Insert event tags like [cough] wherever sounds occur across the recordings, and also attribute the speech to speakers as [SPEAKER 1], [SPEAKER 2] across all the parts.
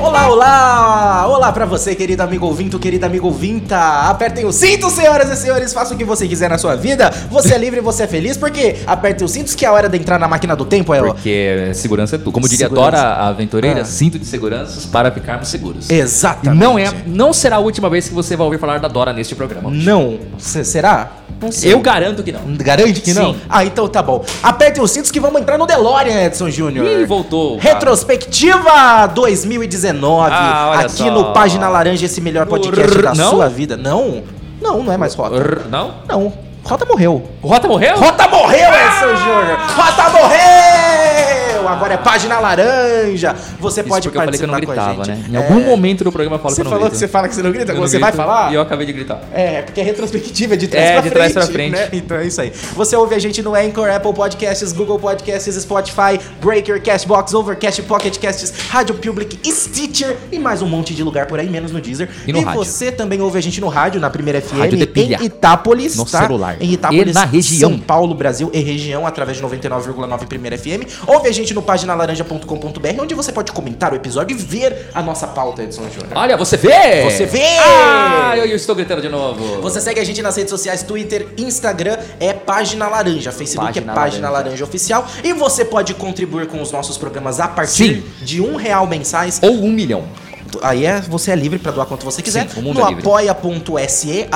[SPEAKER 1] Olá, olá! Olá pra você, querido amigo ouvinto, querida amigo ouvinta! Apertem o cinto, senhoras e senhores, faça o que você quiser na sua vida. Você é livre, você é feliz, porque apertem os cintos que é a hora de entrar na máquina do tempo, é Elo.
[SPEAKER 2] Porque segurança é tudo. Como diria
[SPEAKER 1] Então, Segurança.
[SPEAKER 2] Dora Aventureira,
[SPEAKER 1] Ah.
[SPEAKER 2] cinto de seguranças para ficarmos seguros. E
[SPEAKER 1] Exatamente.
[SPEAKER 2] não, é, não será a última vez que você vai ouvir falar da Dora neste programa.
[SPEAKER 1] Não. C- será? Não sei.
[SPEAKER 2] Eu garanto que não.
[SPEAKER 1] Garante que não?
[SPEAKER 2] Sim.
[SPEAKER 1] Ah, então tá bom. Apertem os cintos que vamos entrar no DeLorean, Edson Júnior.
[SPEAKER 2] Ih, voltou. cara.
[SPEAKER 1] Retrospectiva 2019.
[SPEAKER 2] Ah, olha
[SPEAKER 1] aqui
[SPEAKER 2] só.
[SPEAKER 1] no Página Laranja, esse melhor podcast
[SPEAKER 2] Rrr,
[SPEAKER 1] da
[SPEAKER 2] não?
[SPEAKER 1] sua vida. Não, não, não é mais Rota.
[SPEAKER 2] Rrr, Não?
[SPEAKER 1] Não, Rota morreu.
[SPEAKER 2] O Rota morreu? Ah!
[SPEAKER 1] Rota morreu, Edson Júnior! Rota morreu! Agora é Página Laranja. Você
[SPEAKER 2] Isso
[SPEAKER 1] pode
[SPEAKER 2] porque eu falei que
[SPEAKER 1] participar
[SPEAKER 2] eu não
[SPEAKER 1] com
[SPEAKER 2] gritava,
[SPEAKER 1] a gente.
[SPEAKER 2] né?
[SPEAKER 1] É,
[SPEAKER 2] Em algum momento do programa eu falo
[SPEAKER 1] Você
[SPEAKER 2] que eu não
[SPEAKER 1] falou que
[SPEAKER 2] grito.
[SPEAKER 1] você fala que você não grita?
[SPEAKER 2] Eu não
[SPEAKER 1] Você vai
[SPEAKER 2] grito
[SPEAKER 1] falar?
[SPEAKER 2] E eu acabei de gritar.
[SPEAKER 1] É, porque é retrospectiva de trás,
[SPEAKER 2] É,
[SPEAKER 1] pra,
[SPEAKER 2] de
[SPEAKER 1] frente,
[SPEAKER 2] trás pra frente.
[SPEAKER 1] né? Então é isso aí. Você ouve a gente no Anchor, Apple Podcasts, Google Podcasts, Spotify, Breaker, Cashbox, Overcast, Pocket Casts, Rádio Public, Stitcher e mais um monte de lugar por aí, menos no Deezer.
[SPEAKER 2] E no rádio.
[SPEAKER 1] você também ouve a gente no rádio, na primeira FM,
[SPEAKER 2] Rádio de pilha.
[SPEAKER 1] em Itápolis,
[SPEAKER 2] No
[SPEAKER 1] tá?
[SPEAKER 2] celular.
[SPEAKER 1] Em Itápolis,
[SPEAKER 2] E na região.
[SPEAKER 1] São Paulo, Brasil e região, através de 99,9 Primeira FM. Ouve a gente no paginalaranja.com.br, onde você pode comentar o episódio e ver a nossa pauta, Edson Júnior.
[SPEAKER 2] Olha, você vê!
[SPEAKER 1] Você vê!
[SPEAKER 2] Ah, eu, eu estou gritando de novo.
[SPEAKER 1] Você segue a gente nas redes sociais, Twitter, Instagram é Página Laranja, Facebook
[SPEAKER 2] Página
[SPEAKER 1] é Página Laranja.
[SPEAKER 2] Laranja.
[SPEAKER 1] Oficial e você pode contribuir com os nossos programas a partir de um real mensais.
[SPEAKER 2] Ou um milhão.
[SPEAKER 1] Aí é, você é livre pra doar quanto você quiser.
[SPEAKER 2] o mundo
[SPEAKER 1] no
[SPEAKER 2] é livre.
[SPEAKER 1] apoia.se,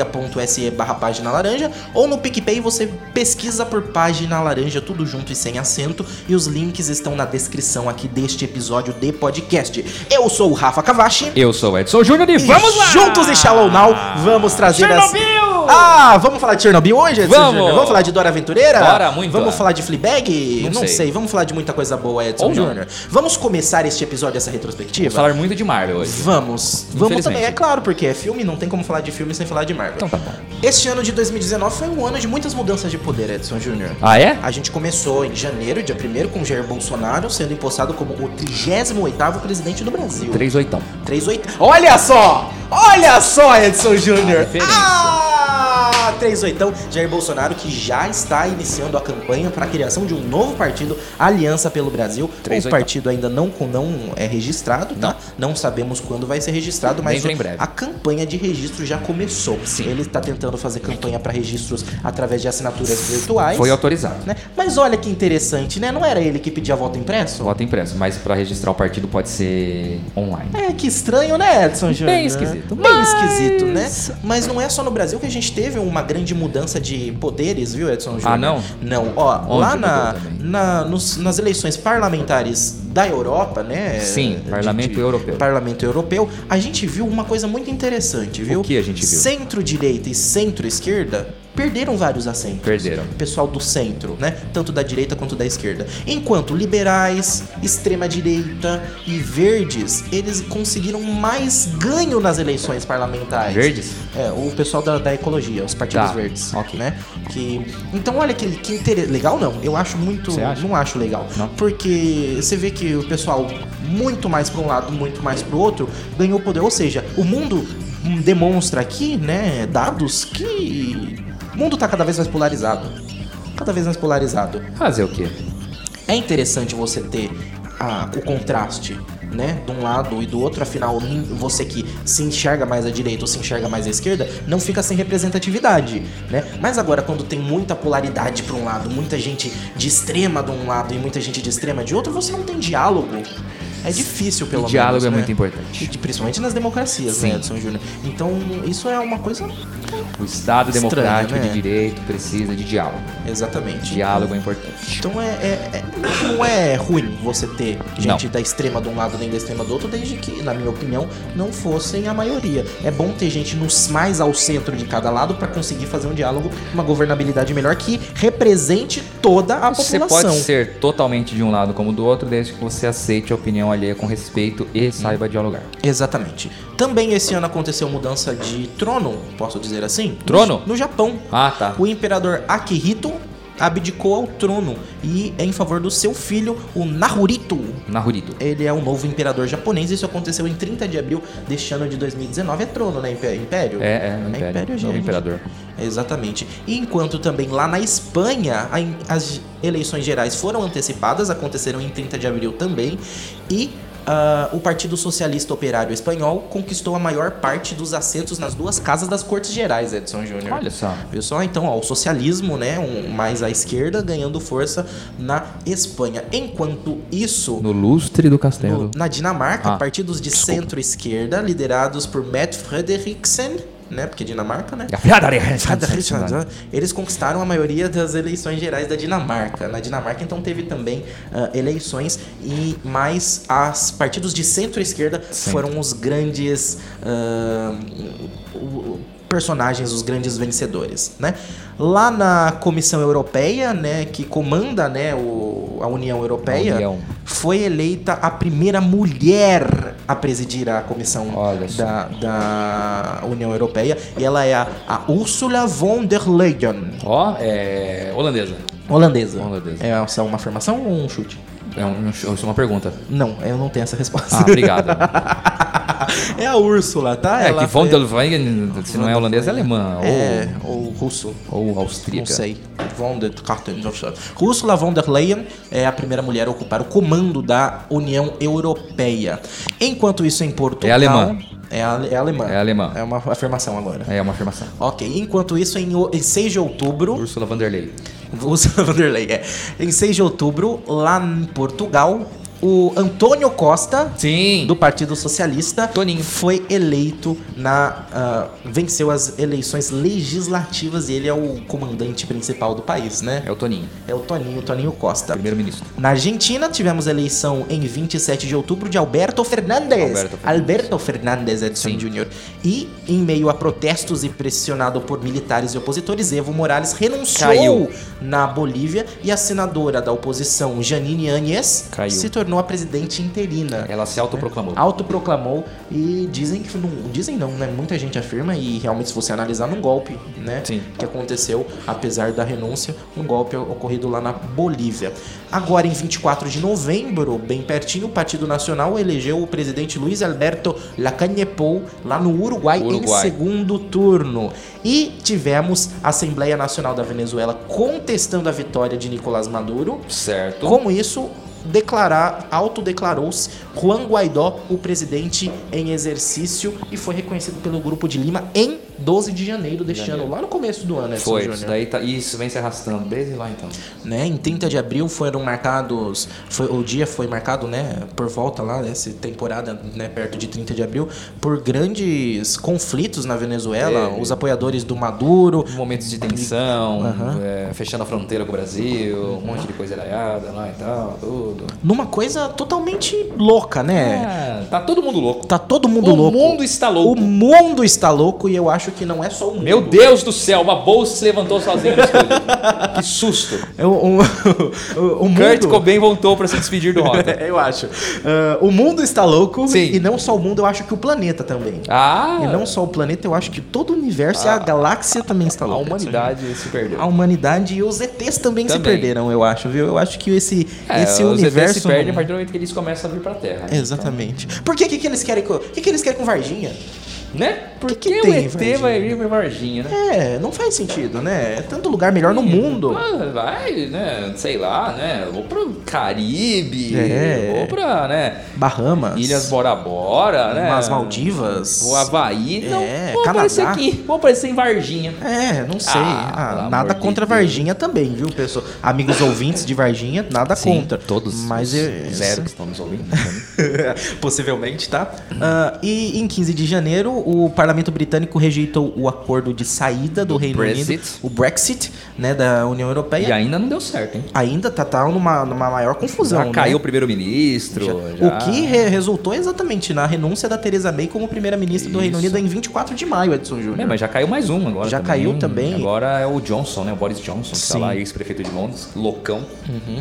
[SPEAKER 1] apoia.se barra Página Laranja ou no PicPay você pesquisa por Página Laranja, tudo junto e sem acento e os links estão na descrição aqui deste episódio de podcast. Eu sou o Rafa Cavachi.
[SPEAKER 2] Eu sou o Edson Júnior e,
[SPEAKER 1] E
[SPEAKER 2] vamos lá!
[SPEAKER 1] Juntos e Shalom Now, vamos trazer
[SPEAKER 2] Chernobyl!
[SPEAKER 1] as... Ah, vamos falar de Chernobyl hoje, Edson
[SPEAKER 2] Vamos!
[SPEAKER 1] Júnior? Vamos falar de Dora Aventureira?
[SPEAKER 2] Bora, muito.
[SPEAKER 1] Vamos falar de Fleabag?
[SPEAKER 2] Não
[SPEAKER 1] Não, sei.
[SPEAKER 2] sei.
[SPEAKER 1] Vamos falar de muita coisa boa, Edson
[SPEAKER 2] Ou não.
[SPEAKER 1] Júnior. Vamos começar este episódio, essa
[SPEAKER 2] Vamos
[SPEAKER 1] retrospectiva?
[SPEAKER 2] falar muito de Marvel hoje.
[SPEAKER 1] Vamos. Vamos
[SPEAKER 2] Infelizmente.
[SPEAKER 1] também, é claro, porque é filme, não tem como falar de filme sem falar de Marvel.
[SPEAKER 2] Então tá bom.
[SPEAKER 1] Este ano de 2019 foi um ano de muitas mudanças de poder, Edson Júnior.
[SPEAKER 2] Ah, é?
[SPEAKER 1] A gente começou em janeiro, dia 1 com Jair Bolsonaro sendo impostado como o 38º presidente do Brasil.
[SPEAKER 2] 3 oitão.
[SPEAKER 1] 38. Olha só! Olha só, Edson Júnior!
[SPEAKER 2] diferença.
[SPEAKER 1] Ah, 38. Jair Bolsonaro que já está iniciando a campanha para a criação de um novo partido, Aliança pelo Brasil.
[SPEAKER 2] Três
[SPEAKER 1] o
[SPEAKER 2] oitão.
[SPEAKER 1] partido ainda não, não é registrado, tá? Não sabemos quando vai ser registrado, mas
[SPEAKER 2] Nem em breve.
[SPEAKER 1] a campanha de registro já começou. Ele está tentando fazer campanha para registros através de assinaturas virtuais.
[SPEAKER 2] Foi autorizado.
[SPEAKER 1] né? Mas olha que interessante, né? Não era ele que pedia voto impresso?
[SPEAKER 2] Voto impresso, mas pra registrar o partido pode ser online.
[SPEAKER 1] É, que estranho, né, Edson Júnior?
[SPEAKER 2] esquisito,
[SPEAKER 1] Bem
[SPEAKER 2] mas-
[SPEAKER 1] esquisito, né? Mas não é só no Brasil que a gente teve uma grande mudança de poderes, viu, Edson Júnior?
[SPEAKER 2] Ah, não?
[SPEAKER 1] Não. Ó,
[SPEAKER 2] Onde
[SPEAKER 1] lá
[SPEAKER 2] mudou
[SPEAKER 1] na,
[SPEAKER 2] também?
[SPEAKER 1] na- nos- nas eleições parlamentares da Europa, né?
[SPEAKER 2] Sim, Parlamento Europeu.
[SPEAKER 1] Parlamento Europeu, a gente viu uma coisa muito interessante, viu?
[SPEAKER 2] O que a gente viu?
[SPEAKER 1] Centro-direita e centro-esquerda perderam vários assentos
[SPEAKER 2] Perderam.
[SPEAKER 1] pessoal do centro, né? Tanto da direita quanto da esquerda. Enquanto liberais, extrema-direita e verdes, eles conseguiram mais ganho nas eleições parlamentares.
[SPEAKER 2] Verdes?
[SPEAKER 1] É, o pessoal da, da ecologia, os partidos
[SPEAKER 2] Tá,
[SPEAKER 1] verdes,
[SPEAKER 2] ok.
[SPEAKER 1] né? Que então olha que, que intere- legal não, eu acho muito,
[SPEAKER 2] Você acha?
[SPEAKER 1] não acho legal,
[SPEAKER 2] Não?
[SPEAKER 1] porque você vê que o pessoal muito mais para um lado, muito mais para o outro ganhou poder, ou seja, o mundo hum, demonstra aqui, né, dados que o mundo tá cada vez mais polarizado. Cada vez mais polarizado
[SPEAKER 2] Fazer o quê?
[SPEAKER 1] é interessante você ter a- o contraste, né? De um lado e do outro, afinal, nin- você que se enxerga mais à direita ou se enxerga mais à esquerda, não fica sem representatividade, né? Mas agora, quando tem muita polaridade para um lado, muita gente de extrema de um lado e muita gente de extrema de outro, você não tem diálogo. É difícil, pelo
[SPEAKER 2] O
[SPEAKER 1] menos.
[SPEAKER 2] diálogo é
[SPEAKER 1] né?
[SPEAKER 2] muito importante.
[SPEAKER 1] E Principalmente nas democracias,
[SPEAKER 2] Sim.
[SPEAKER 1] né, Edson Júnior? Então, isso é uma coisa.
[SPEAKER 2] O Estado
[SPEAKER 1] Estranho,
[SPEAKER 2] democrático
[SPEAKER 1] né?
[SPEAKER 2] de direito precisa de diálogo.
[SPEAKER 1] Exatamente.
[SPEAKER 2] Diálogo é importante.
[SPEAKER 1] Então é, é- é- não é ruim você ter gente
[SPEAKER 2] Não.
[SPEAKER 1] da extrema de um lado nem da extrema do outro, desde que, na minha opinião, não fossem a maioria. É bom ter gente nos mais ao centro de cada lado pra conseguir fazer um diálogo, uma governabilidade melhor que represente toda a
[SPEAKER 2] Você
[SPEAKER 1] população.
[SPEAKER 2] pode ser totalmente de um lado como do outro, desde que você aceite a opinião alheia com respeito e saiba dialogar.
[SPEAKER 1] Exatamente. Também esse ano aconteceu mudança de trono, posso dizer assim?
[SPEAKER 2] Trono?
[SPEAKER 1] No Japão.
[SPEAKER 2] Ah, tá.
[SPEAKER 1] O imperador Akihito abdicou ao trono e é em favor do seu filho, o Naruhito,
[SPEAKER 2] Naruto.
[SPEAKER 1] ele é o novo imperador japonês. Isso aconteceu em 30 de abril deste ano de 2019. É trono, né? Impé- Império?
[SPEAKER 2] É, é, o império.
[SPEAKER 1] império,
[SPEAKER 2] Novo
[SPEAKER 1] gente.
[SPEAKER 2] imperador.
[SPEAKER 1] Exatamente. E enquanto também lá na Espanha a in- as eleições gerais foram antecipadas, aconteceram em 30 de abril também. E ah, o Partido Socialista Operário Espanhol conquistou a maior parte dos assentos nas duas casas das Cortes Gerais, Edson Júnior.
[SPEAKER 2] Olha só.
[SPEAKER 1] Viu só? Então, ó, o socialismo, né, um, mais à esquerda, ganhando força na Espanha. Enquanto isso,
[SPEAKER 2] No lustre do
[SPEAKER 1] no-
[SPEAKER 2] castelo.
[SPEAKER 1] na Dinamarca,
[SPEAKER 2] Ah,
[SPEAKER 1] partidos de centro-esquerda, liderados por Matt Frederiksen, né, porque é Dinamarca, né?
[SPEAKER 2] Frederiksson.
[SPEAKER 1] Eles conquistaram a maioria das eleições gerais da Dinamarca. Na Dinamarca, então, teve também ah, eleições e mais as partidos de centro-esquerda
[SPEAKER 2] Centro.
[SPEAKER 1] foram os grandes ah, o- o- personagens, os grandes vencedores, né? Lá na Comissão Europeia, né, que comanda, né, o- a União Europeia,
[SPEAKER 2] A União.
[SPEAKER 1] foi eleita a primeira mulher a presidir a Comissão
[SPEAKER 2] Olha só.
[SPEAKER 1] da, da União Europeia e ela é a, a Ursula von der Leyen,
[SPEAKER 2] Ó, é. Holandesa.
[SPEAKER 1] holandesa.
[SPEAKER 2] Holandesa.
[SPEAKER 1] É essa uma afirmação ou um chute?
[SPEAKER 2] É um, isso é uma
[SPEAKER 1] [laughs]
[SPEAKER 2] pergunta.
[SPEAKER 1] Não, eu não tenho essa resposta.
[SPEAKER 2] Ah, obrigado.
[SPEAKER 1] [laughs] é a Úrsula, tá?
[SPEAKER 2] é
[SPEAKER 1] Ela
[SPEAKER 2] que von Oh.
[SPEAKER 1] foi-
[SPEAKER 2] der Leyen, se não é holandesa, é alemã.
[SPEAKER 1] É, ou russo.
[SPEAKER 2] Ou, ou austríaca.
[SPEAKER 1] Não sei. Von der Karten- Ursula von der Leyen é a primeira mulher a ocupar o comando da União Europeia. Enquanto isso, em Portugal.
[SPEAKER 2] É alemã.
[SPEAKER 1] É, ale- é alemã.
[SPEAKER 2] É alemã.
[SPEAKER 1] É uma afirmação agora.
[SPEAKER 2] É uma afirmação.
[SPEAKER 1] Ok. Enquanto isso, em, o- em 6 de outubro.
[SPEAKER 2] Ursula von der Leyen.
[SPEAKER 1] [laughs] Ursula von der Leyen, é. Em 6 de outubro, lá em Portugal, o Antônio Costa,
[SPEAKER 2] Sim.
[SPEAKER 1] do Partido Socialista,
[SPEAKER 2] Toninho.
[SPEAKER 1] foi eleito na. ah, venceu as eleições legislativas e ele é o comandante principal do país, né?
[SPEAKER 2] É o Toninho,
[SPEAKER 1] É o Toninho, Toninho Costa.
[SPEAKER 2] primeiro-ministro.
[SPEAKER 1] Na Argentina, tivemos eleição em 27 de outubro de Alberto Fernandes.
[SPEAKER 2] Alberto Fernandes.
[SPEAKER 1] Alberto Fernandes Edson
[SPEAKER 2] Sim.
[SPEAKER 1] Júnior. E, em meio a protestos e pressionado por militares e opositores, Evo Morales renunciou
[SPEAKER 2] Caiu.
[SPEAKER 1] na Bolívia e a senadora da oposição, Janine Áñez,
[SPEAKER 2] Caiu.
[SPEAKER 1] se tornou a presidente interina.
[SPEAKER 2] Ela se autoproclamou.
[SPEAKER 1] Ah, Autoproclamou e dizem que não. Dizem não, né? Muita gente afirma, e realmente, se você analisar, num golpe, né?
[SPEAKER 2] Sim.
[SPEAKER 1] Que aconteceu, apesar da renúncia, um golpe ocorrido lá na Bolívia. Agora, em 24 de novembro, bem pertinho, o Partido Nacional elegeu o presidente Luiz Alberto Lacanepou lá no Uruguai,
[SPEAKER 2] Uruguai.
[SPEAKER 1] em segundo turno. E tivemos a Assembleia Nacional da Venezuela contestando a vitória de Nicolás Maduro.
[SPEAKER 2] Certo.
[SPEAKER 1] Com isso, declarar, autodeclarou-se Juan Guaidó o presidente em exercício e foi reconhecido pelo Grupo de Lima em 12 de janeiro deste ano, lá no começo do ano, Edson
[SPEAKER 2] Foi. Isso,
[SPEAKER 1] Júnior.
[SPEAKER 2] daí tá- isso vem se arrastando desde lá então.
[SPEAKER 1] Né? Em 30 de abril foram marcados, foi, o dia foi marcado, né, por volta lá, essa temporada, né, perto de 30 de abril, por grandes conflitos na Venezuela,
[SPEAKER 2] É.
[SPEAKER 1] os apoiadores do Maduro,
[SPEAKER 2] Momentos Um de tensão,
[SPEAKER 1] Aham.
[SPEAKER 2] é, fechando a fronteira com o Brasil, um monte de coisa errada lá e tal, tudo.
[SPEAKER 1] numa coisa totalmente louca, né?
[SPEAKER 2] É, tá todo mundo louco.
[SPEAKER 1] Tá todo mundo
[SPEAKER 2] o
[SPEAKER 1] louco.
[SPEAKER 2] mundo está
[SPEAKER 1] O
[SPEAKER 2] louco.
[SPEAKER 1] mundo está louco e eu acho que não é só o mundo.
[SPEAKER 2] Meu Deus do céu, uma bolsa se levantou sozinha no estúdio. Que susto.
[SPEAKER 1] É o, o, o- o mundo.
[SPEAKER 2] Kurt Cobain voltou pra se despedir do
[SPEAKER 1] [laughs]
[SPEAKER 2] Roda.
[SPEAKER 1] eu acho. Ah, o mundo está louco
[SPEAKER 2] Sim.
[SPEAKER 1] e não só o mundo, eu acho que o planeta também.
[SPEAKER 2] Ah,
[SPEAKER 1] E não só o planeta, eu acho que todo o universo e a galáxia também está
[SPEAKER 2] a
[SPEAKER 1] louca.
[SPEAKER 2] humanidade se perdeu.
[SPEAKER 1] A hum, humanidade e os ETs também, se
[SPEAKER 2] Também.
[SPEAKER 1] perderam, eu acho, viu? Eu acho que esse,
[SPEAKER 2] É,
[SPEAKER 1] esse
[SPEAKER 2] os ETs
[SPEAKER 1] universo.
[SPEAKER 2] se perdem a
[SPEAKER 1] não-
[SPEAKER 2] partir do momento que eles começam a vir pra Terra. né?
[SPEAKER 1] Exatamente. Por que, que, que eles querem com. O que, que eles querem com Varginha?
[SPEAKER 2] Né? Por
[SPEAKER 1] Que
[SPEAKER 2] que,
[SPEAKER 1] É. que
[SPEAKER 2] o
[SPEAKER 1] tem,
[SPEAKER 2] ET
[SPEAKER 1] Varginha?
[SPEAKER 2] vai vir pra Varginha, né?
[SPEAKER 1] É, não faz sentido, né? É tanto lugar melhor no mundo.
[SPEAKER 2] Ah, vai, né? Sei lá, né? Vou pro Caribe,
[SPEAKER 1] É.
[SPEAKER 2] vou pra, né?
[SPEAKER 1] Bahamas.
[SPEAKER 2] Ilhas Bora Bora, né?
[SPEAKER 1] Umas Maldivas.
[SPEAKER 2] O Havaí, não.
[SPEAKER 1] É,
[SPEAKER 2] vou
[SPEAKER 1] Canadá.
[SPEAKER 2] aparecer aqui, vou aparecer em Varginha.
[SPEAKER 1] É, não sei.
[SPEAKER 2] Ah,
[SPEAKER 1] Ah,
[SPEAKER 2] pelo
[SPEAKER 1] nada
[SPEAKER 2] amor de
[SPEAKER 1] contra
[SPEAKER 2] Deus.
[SPEAKER 1] Varginha também, viu, pessoal? Amigos ouvintes de Varginha, nada contra. Mas é eu-
[SPEAKER 2] zero que estão nos ouvindo.
[SPEAKER 1] [laughs] Possivelmente, tá? Ah, e em 15 de janeiro, o parlamento britânico rejeitou o acordo de saída do, Reino Unido,
[SPEAKER 2] Brexit.
[SPEAKER 1] o Brexit, né, da União Europeia.
[SPEAKER 2] e ainda não deu certo, hein?
[SPEAKER 1] Ainda tá, tá numa, numa maior confusão.
[SPEAKER 2] Já
[SPEAKER 1] né?
[SPEAKER 2] caiu o primeiro-ministro.
[SPEAKER 1] O que re- resultou exatamente na renúncia da Theresa May como primeira-ministra do Reino
[SPEAKER 2] Isso.
[SPEAKER 1] Unido em 24 de maio, Edson Júnior.
[SPEAKER 2] É, mas já caiu mais um agora.
[SPEAKER 1] Já
[SPEAKER 2] também.
[SPEAKER 1] caiu também.
[SPEAKER 2] Agora é o Johnson, né? O Boris Johnson, que tá
[SPEAKER 1] Sim. Uhum.
[SPEAKER 2] lá, ex-prefeito de Londres, loucão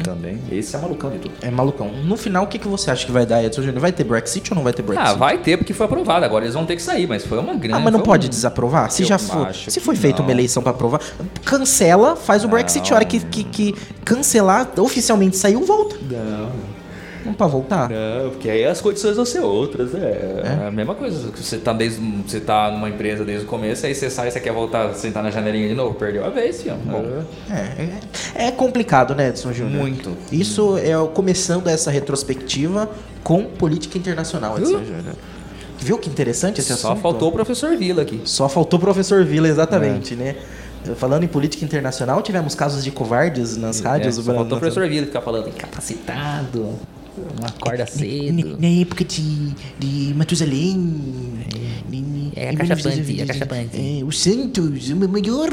[SPEAKER 2] também. Esse é malucão de tudo.
[SPEAKER 1] É malucão. No final, o que, que você acha que vai dar, Edson Júnior? Vai ter Brexit ou não vai ter Brexit?
[SPEAKER 2] Ah, vai ter porque foi aprovado. Agora eles vão ter que sair, mas foi uma grande.
[SPEAKER 1] Ah, mas não
[SPEAKER 2] foi
[SPEAKER 1] pode
[SPEAKER 2] um-
[SPEAKER 1] desaprovar? Se
[SPEAKER 2] Eu
[SPEAKER 1] já for,
[SPEAKER 2] acho
[SPEAKER 1] se
[SPEAKER 2] que
[SPEAKER 1] foi feita
[SPEAKER 2] não.
[SPEAKER 1] uma eleição pra aprovar, cancela, faz o Brexit. A hora que, que, que cancelar, oficialmente saiu, volta.
[SPEAKER 2] Não.
[SPEAKER 1] pra voltar.
[SPEAKER 3] Não, porque aí as condições vão ser outras, né?
[SPEAKER 2] É a mesma coisa, você tá, desde, você tá numa empresa desde o começo, aí você sai, você quer voltar, sentar na janelinha de novo, perdeu a vez, filho. Bom,
[SPEAKER 1] É, é, é complicado, né, Edson Júnior?
[SPEAKER 2] Muito.
[SPEAKER 1] Isso é o- começando essa retrospectiva com política internacional, Edson Júnior. Viu que interessante esse
[SPEAKER 2] só
[SPEAKER 1] assunto? é.
[SPEAKER 2] faltou o professor Vila aqui.
[SPEAKER 1] Só faltou o professor Vila, exatamente,
[SPEAKER 4] É.
[SPEAKER 1] né? Falando em política internacional, tivemos casos de covardes nas
[SPEAKER 2] É,
[SPEAKER 1] rádios
[SPEAKER 2] só
[SPEAKER 1] do Brasil.
[SPEAKER 2] faltou o professor Vila ficar falando incapacitado, não [laughs] acorda cedo.
[SPEAKER 1] Na época de, Né, de Matusalém.
[SPEAKER 4] É, a Caixa Band, a Caixa Band.
[SPEAKER 1] É, o Santos, o maior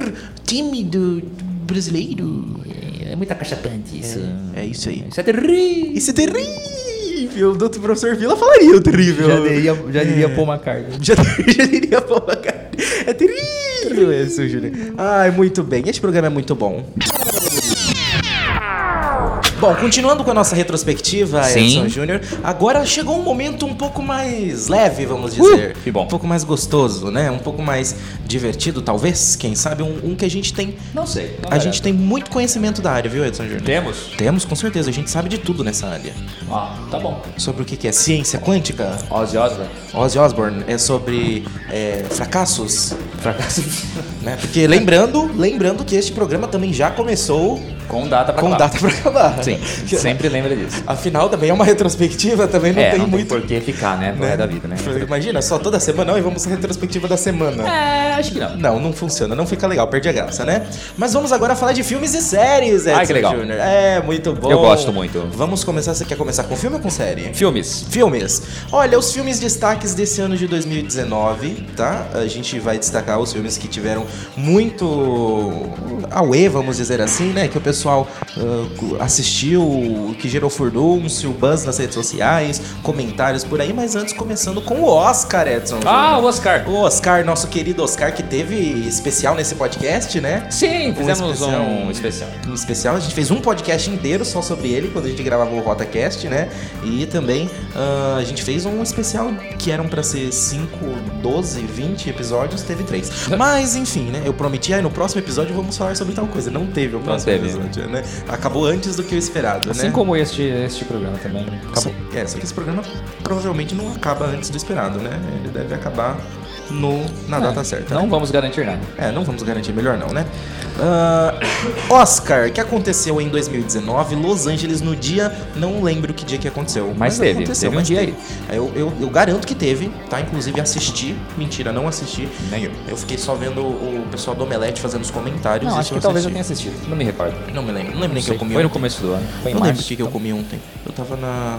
[SPEAKER 1] time do, do brasileiro.
[SPEAKER 4] É, é muita caixa pante isso.
[SPEAKER 1] É isso aí.
[SPEAKER 2] Isso é terrível.
[SPEAKER 1] Isso é terrível. O doutor professor Vila falaria o terrível.
[SPEAKER 2] Já diria, já diria pôr uma carga.
[SPEAKER 1] [laughs] Já, já diria Paul McCartney. É terrível isso, Júlio. Ai, muito bem. Este programa é muito bom. Bom, continuando com a nossa retrospectiva,
[SPEAKER 2] Sim.
[SPEAKER 1] Edson Júnior, agora chegou um momento um pouco mais leve, vamos dizer.
[SPEAKER 2] Uh, que bom.
[SPEAKER 1] Um pouco mais gostoso, né? Um pouco mais divertido, talvez, quem sabe, um, um que a gente tem.
[SPEAKER 2] Não sei.
[SPEAKER 1] A gente tem muito conhecimento da área, viu, Edson Júnior?
[SPEAKER 2] Temos?
[SPEAKER 1] Temos, com certeza. A gente sabe de tudo nessa área.
[SPEAKER 2] Ah, tá bom.
[SPEAKER 1] Sobre o que que é ciência quântica,
[SPEAKER 2] Ozzy Osbourne.
[SPEAKER 1] Ozzy Osbourne é sobre é, fracassos. Fracassos. né? Porque lembrando, lembrando que este programa também já começou
[SPEAKER 2] [laughs] Com data pra
[SPEAKER 1] com
[SPEAKER 2] acabar.
[SPEAKER 1] data pra acabar. [laughs]
[SPEAKER 2] Sim, [laughs] sempre lembra disso.
[SPEAKER 1] Afinal, também é uma retrospectiva, também não
[SPEAKER 2] é,
[SPEAKER 1] tem
[SPEAKER 2] [laughs] não
[SPEAKER 1] muito.
[SPEAKER 2] tem por que ficar, né? Pro resto da [laughs] vida, né?
[SPEAKER 1] Imagina, só toda semana não, e vamos à retrospectiva da semana.
[SPEAKER 2] É, acho que não.
[SPEAKER 1] Não, não funciona, não fica legal, perde a graça, né? Mas vamos agora falar de filmes e séries, Edson
[SPEAKER 2] Ai, que legal.
[SPEAKER 1] Júnior. É, muito bom.
[SPEAKER 2] Eu gosto muito.
[SPEAKER 1] Vamos começar, você quer começar com filme ou com série?
[SPEAKER 2] Filmes.
[SPEAKER 1] Filmes. Olha, os filmes destaques desse ano de 2019, tá? A gente vai destacar os filmes que tiveram muito auê, vamos dizer assim, né? Que o pessoal ah, assistiu, que gerou furdúncio, buzz nas redes sociais, comentários por aí, mas antes começando com o Oscar, Edson.
[SPEAKER 2] Ah,
[SPEAKER 1] Júnior.
[SPEAKER 2] o Oscar.
[SPEAKER 1] o Oscar, nosso querido Oscar, que teve especial nesse podcast, né?
[SPEAKER 2] Sim,
[SPEAKER 1] Um
[SPEAKER 2] fizemos
[SPEAKER 1] especial.
[SPEAKER 2] um especial.
[SPEAKER 1] um especial. A gente fez um podcast inteiro só sobre ele quando a gente gravava o RotaCast, né? E também ah, a gente fez um especial que eram pra ser 5, 12, 20 episódios, teve três. Mas enfim, né? Eu prometi, aí no próximo episódio vamos falar sobre tal coisa. Não teve o próximo
[SPEAKER 2] teve.
[SPEAKER 1] episódio, né? Acabou antes do que o esperado,
[SPEAKER 2] Assim
[SPEAKER 1] né?
[SPEAKER 2] como este, este programa também.
[SPEAKER 1] Só- É, só que esse programa provavelmente não acaba antes do esperado, né? Ele deve acabar no, na
[SPEAKER 2] Tá,
[SPEAKER 1] data certa. né?
[SPEAKER 2] É. Não vamos garantir nada.
[SPEAKER 1] É, não vamos garantir melhor não, né? Ah, Oscar, que aconteceu em 2019, Los Angeles no dia, não lembro que dia que aconteceu.
[SPEAKER 2] Mas teve,
[SPEAKER 1] aconteceu,
[SPEAKER 2] teve um dia aí.
[SPEAKER 1] aí. Eu, eu- eu garanto que teve, tá? Inclusive assisti, mentira, não assisti.
[SPEAKER 2] Nem eu.
[SPEAKER 1] Eu fiquei só vendo o pessoal do Omelete fazendo os comentários.
[SPEAKER 2] Não,
[SPEAKER 1] e
[SPEAKER 2] acho
[SPEAKER 1] eu
[SPEAKER 2] que talvez eu tenha
[SPEAKER 1] assisti.
[SPEAKER 2] assistido. Não me recordo.
[SPEAKER 1] Não me lembro, não lembro nem que eu
[SPEAKER 2] Sei,
[SPEAKER 1] comi
[SPEAKER 2] Foi no
[SPEAKER 1] ontem.
[SPEAKER 2] começo do ano. Foi em
[SPEAKER 1] Eu lembro o
[SPEAKER 2] março.
[SPEAKER 1] que, que eu comi ontem. Eu tava na.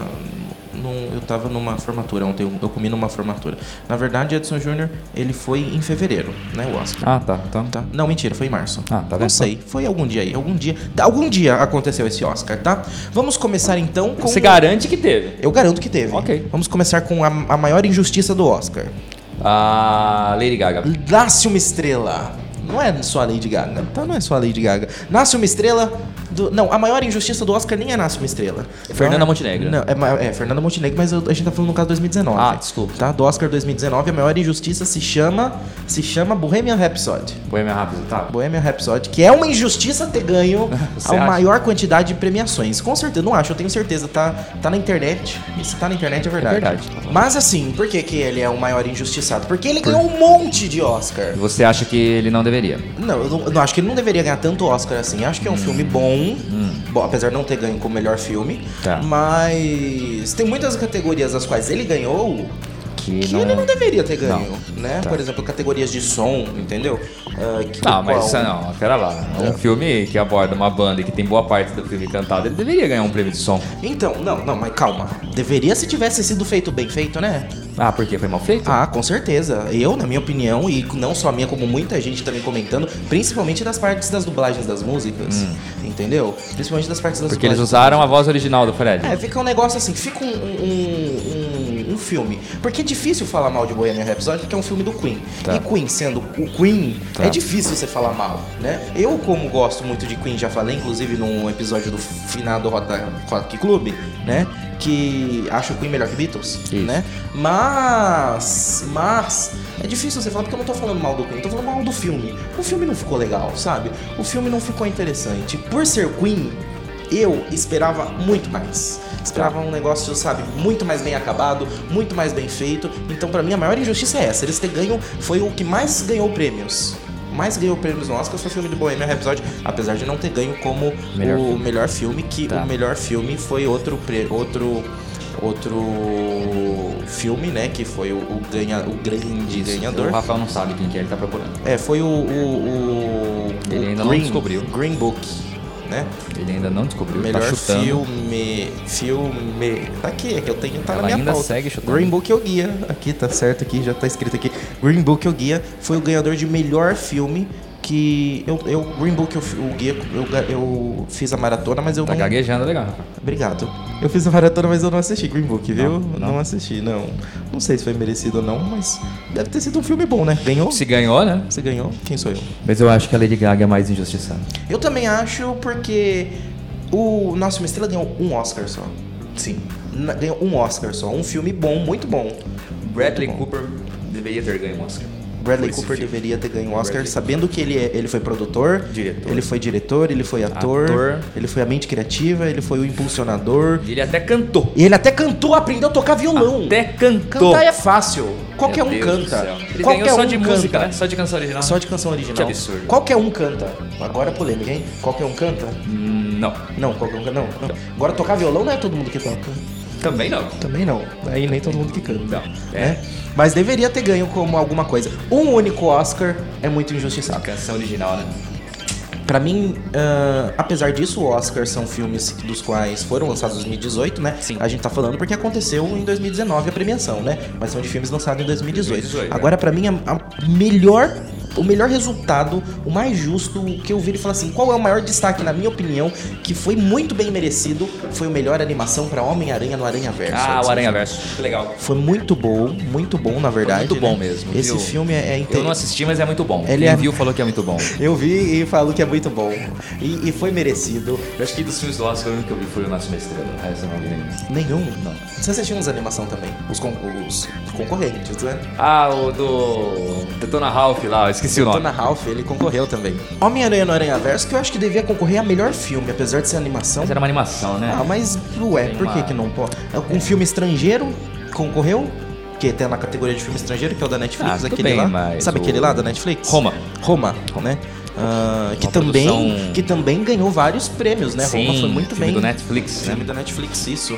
[SPEAKER 1] num- eu tava numa formatura ontem, eu, eu comi numa formatura. Na verdade, Edson Júnior, ele foi em fevereiro, né, o Oscar.
[SPEAKER 2] Ah, tá. Então,
[SPEAKER 1] Tá? Não, mentira, foi em março.
[SPEAKER 2] Ah, tá
[SPEAKER 1] Não
[SPEAKER 2] vendo?
[SPEAKER 1] sei, foi algum dia aí, algum dia. tá, Algum dia aconteceu esse Oscar, tá? Vamos começar então com.
[SPEAKER 2] Você garante que teve.
[SPEAKER 1] Eu garanto que teve.
[SPEAKER 2] Ok.
[SPEAKER 1] Vamos começar com a, a maior injustiça do Oscar.
[SPEAKER 2] A Lady Gaga.
[SPEAKER 1] Nasce uma estrela. Não é só a Lady Gaga, tá? Não é só a Lady Gaga. Nasce uma estrela. do- Não, a maior injustiça do Oscar nem é Nasce uma estrela.
[SPEAKER 2] Fernanda
[SPEAKER 1] Não,
[SPEAKER 2] Montenegro.
[SPEAKER 1] Não, é, ma- é Fernanda Montenegro, mas eu- a gente tá falando no caso 2019.
[SPEAKER 2] Ah, desculpa.
[SPEAKER 1] Tá? Do Oscar 2019, a maior injustiça se chama. Se chama Bohemian Rhapsody.
[SPEAKER 2] Bohemian Rhapsody. Tá.
[SPEAKER 1] Bohemian Rhapsody, que é uma injustiça ter ganho a
[SPEAKER 2] [laughs] Você acha?
[SPEAKER 1] maior quantidade de premiações. Com certeza, não acho, eu tenho certeza, tá, tá na internet. E se tá na internet é verdade.
[SPEAKER 2] verdade.
[SPEAKER 1] Mas assim, por que, que ele é o maior injustiçado? Porque ele ganhou um monte de Oscar.
[SPEAKER 2] Você acha que ele não deveria?
[SPEAKER 1] Não, eu não, eu não acho que ele não deveria ganhar tanto Oscar assim. Eu Acho
[SPEAKER 2] Hum.
[SPEAKER 1] que é um filme bom, bom, apesar de não ter ganho como melhor filme.
[SPEAKER 2] Tá.
[SPEAKER 1] Mas tem muitas categorias das quais ele ganhou
[SPEAKER 2] Que,
[SPEAKER 1] que
[SPEAKER 2] não... Tá.
[SPEAKER 1] ele não deveria ter ganho, né? Por exemplo, categorias de som, entendeu? Ah, que-
[SPEAKER 2] Não, Tá, mas
[SPEAKER 1] qual-
[SPEAKER 2] isso não, pera lá.
[SPEAKER 1] É.
[SPEAKER 2] Um filme que aborda uma banda e que tem boa parte do filme cantado, ele deveria ganhar um prêmio de som.
[SPEAKER 1] Então, não, não, mas calma. Deveria se tivesse sido feito bem feito, né?
[SPEAKER 2] Ah, por quê? Foi mal feito?
[SPEAKER 1] Ah, com certeza. Eu, na minha opinião, e não só a minha, como muita gente também comentando, principalmente das partes das dublagens das músicas. Entendeu? Principalmente das partes das
[SPEAKER 2] Hum. Porque eles
[SPEAKER 1] dublagens.
[SPEAKER 2] usaram a voz original do Fred.
[SPEAKER 1] É, fica um negócio assim, fica um, um, um- um filme. Porque é difícil falar mal de Bohemian Rhapsody, porque é um filme do Queen.
[SPEAKER 2] Tá.
[SPEAKER 1] E Queen sendo o Queen,
[SPEAKER 2] Tá.
[SPEAKER 1] é difícil você falar mal, né? Eu, como gosto muito de Queen, já falei, inclusive, num episódio do finado Rota Rock Club, né? Que acho Queen melhor que Beatles,
[SPEAKER 2] Isso.
[SPEAKER 1] né? Mas, mas, é difícil você falar, porque eu não tô falando mal do Queen, eu tô falando mal do filme. O filme não ficou legal, sabe? O filme não ficou interessante. Por ser Queen, Eu esperava muito mais. Esperava um negócio, sabe, muito mais bem acabado, muito mais bem feito. Então, pra mim, a maior injustiça é essa. Eles ter ganho foi o que mais ganhou prêmios. Mais ganhou prêmios no Oscar foi o filme do Bohemian Rhapsody, apesar de não ter ganho como
[SPEAKER 2] Melhor
[SPEAKER 1] o
[SPEAKER 2] filme.
[SPEAKER 1] melhor filme, que
[SPEAKER 2] Tá.
[SPEAKER 1] o melhor filme foi outro pre- outro outro filme, né, que foi o, o ganha o grande ganhador.
[SPEAKER 2] O Rafael não sabe quem que é, ele tá procurando.
[SPEAKER 1] É, foi o. o, o
[SPEAKER 2] Ele
[SPEAKER 1] o
[SPEAKER 2] ainda não descobriu.
[SPEAKER 1] Green Book, né?
[SPEAKER 2] Ele ainda não descobriu, ele
[SPEAKER 1] Melhor
[SPEAKER 2] tá chutando.
[SPEAKER 1] filme. Filme. Tá aqui, é que eu tenho, tá na
[SPEAKER 2] Ela
[SPEAKER 1] minha
[SPEAKER 2] ainda
[SPEAKER 1] pauta.
[SPEAKER 2] segue chutando.
[SPEAKER 1] Green Book é o guia. Aqui tá certo, aqui já tá escrito aqui. Green Book é o guia. Foi o ganhador de melhor filme. Que eu, eu Green Book, eu, fi- o guia, eu, ga- eu fiz a maratona, mas eu
[SPEAKER 2] Tá
[SPEAKER 1] não.
[SPEAKER 2] gaguejando, legal. Rafa.
[SPEAKER 1] Obrigado. Eu fiz a maratona, mas eu não assisti Green Book, viu?
[SPEAKER 2] Não, não.
[SPEAKER 1] assisti, não. Não sei se foi merecido ou não, mas deve ter sido um filme bom, né? Ganhou?
[SPEAKER 2] Se ganhou, né?
[SPEAKER 1] Você ganhou? Quem sou eu?
[SPEAKER 2] Mas eu acho que a Lady Gaga é mais injustiçada.
[SPEAKER 1] Eu também acho porque o Nossa Uma Estrela ganhou um Oscar só. Sim. Na- Ganhou um Oscar só. Um filme bom, muito bom.
[SPEAKER 2] Bradley
[SPEAKER 1] Muito bom.
[SPEAKER 2] Cooper deveria ter ganho o Oscar.
[SPEAKER 1] Bradley
[SPEAKER 2] Esse
[SPEAKER 1] Cooper
[SPEAKER 2] filme.
[SPEAKER 1] deveria ter ganho um Oscar,
[SPEAKER 2] Bradley-
[SPEAKER 1] sabendo que ele, é- ele foi produtor,
[SPEAKER 2] Diretor.
[SPEAKER 1] ele foi diretor, ele foi ator,
[SPEAKER 2] Ator.
[SPEAKER 1] ele foi a mente criativa, ele foi o impulsionador.
[SPEAKER 2] E ele até cantou.
[SPEAKER 1] E ele até cantou, aprendeu a tocar violão.
[SPEAKER 2] Até cantou.
[SPEAKER 1] Cantar é fácil. Qualquer
[SPEAKER 2] Meu
[SPEAKER 1] um
[SPEAKER 2] Deus do
[SPEAKER 1] canta.
[SPEAKER 2] céu. Ele
[SPEAKER 1] Qualquer
[SPEAKER 2] ganhou só
[SPEAKER 1] um
[SPEAKER 2] de
[SPEAKER 1] canta.
[SPEAKER 2] música, né? Só de canção original.
[SPEAKER 1] Só de canção original.
[SPEAKER 2] Que absurdo.
[SPEAKER 1] Qualquer um canta. Agora é polêmica, hein? Qualquer um canta.
[SPEAKER 2] Hum, Não.
[SPEAKER 1] Não, qualquer um canta. Não, não. Agora tocar violão não é todo mundo que toca.
[SPEAKER 2] Também não.
[SPEAKER 1] Também não. Aí nem todo mundo que canta.
[SPEAKER 2] Não. É.
[SPEAKER 1] Né? Mas deveria ter ganho como alguma coisa. Um único Oscar é muito injustiçado.
[SPEAKER 2] Canção original, né?
[SPEAKER 1] Pra mim, ah, apesar disso, o Oscar são filmes dos quais foram lançados em 2018, né?
[SPEAKER 2] Sim.
[SPEAKER 1] A gente tá falando porque aconteceu em 2019 a premiação, né? Mas são de filmes lançados em 2018.
[SPEAKER 2] 2018,
[SPEAKER 1] Agora, pra mim, a, a melhor, o melhor resultado, o mais justo, o que eu vi ele falar assim, qual é o maior destaque, na minha opinião, que foi muito bem merecido, foi o melhor animação pra Homem-Aranha no Aranha Verso.
[SPEAKER 2] Ah, o Aranha Verso. Que legal.
[SPEAKER 1] Foi muito bom, muito bom, na verdade.
[SPEAKER 2] muito bom
[SPEAKER 1] né?
[SPEAKER 2] mesmo,
[SPEAKER 1] Esse
[SPEAKER 2] viu?
[SPEAKER 1] filme é, é
[SPEAKER 2] Eu
[SPEAKER 1] inte-
[SPEAKER 2] não assisti, mas é muito bom.
[SPEAKER 1] Ele
[SPEAKER 2] Quem
[SPEAKER 1] é-
[SPEAKER 2] viu falou que é muito bom.
[SPEAKER 1] Eu vi e falo que é muito bom. E, e foi merecido.
[SPEAKER 2] Eu acho que dos filmes do Oscar, o único que eu vi foi o Nosso Estrela. O resto eu não vi nenhum.
[SPEAKER 1] Nenhum? Não. Você assistiu uns animação também? Os, con os concorrentes, né?
[SPEAKER 2] Ah, o do. Detona Ralph lá, eu esqueci o
[SPEAKER 1] Dona
[SPEAKER 2] nome.
[SPEAKER 1] Então, Ralph, ele concorreu também. Homem-Aranha no Aranha Verso, que eu acho que devia concorrer a melhor filme, apesar de ser animação.
[SPEAKER 2] Mas era uma animação, né?
[SPEAKER 1] Ah, mas ué,
[SPEAKER 2] Tem
[SPEAKER 1] por que
[SPEAKER 2] uma-
[SPEAKER 1] que não pode? Um filme estrangeiro concorreu? Que tá na categoria de filme estrangeiro, que é o da Netflix,
[SPEAKER 2] Ah, tudo
[SPEAKER 1] aquele
[SPEAKER 2] bem,
[SPEAKER 1] lá.
[SPEAKER 2] mas
[SPEAKER 1] Sabe
[SPEAKER 2] o-
[SPEAKER 1] aquele lá da Netflix?
[SPEAKER 2] Roma.
[SPEAKER 1] Roma, né? Ah, que,
[SPEAKER 2] Uma
[SPEAKER 1] também,
[SPEAKER 2] produção-
[SPEAKER 1] que também ganhou vários prêmios, né?
[SPEAKER 2] Sim,
[SPEAKER 1] Roma foi muito
[SPEAKER 2] filme
[SPEAKER 1] bem.
[SPEAKER 2] do Netflix, né?
[SPEAKER 1] Filme da Netflix, isso.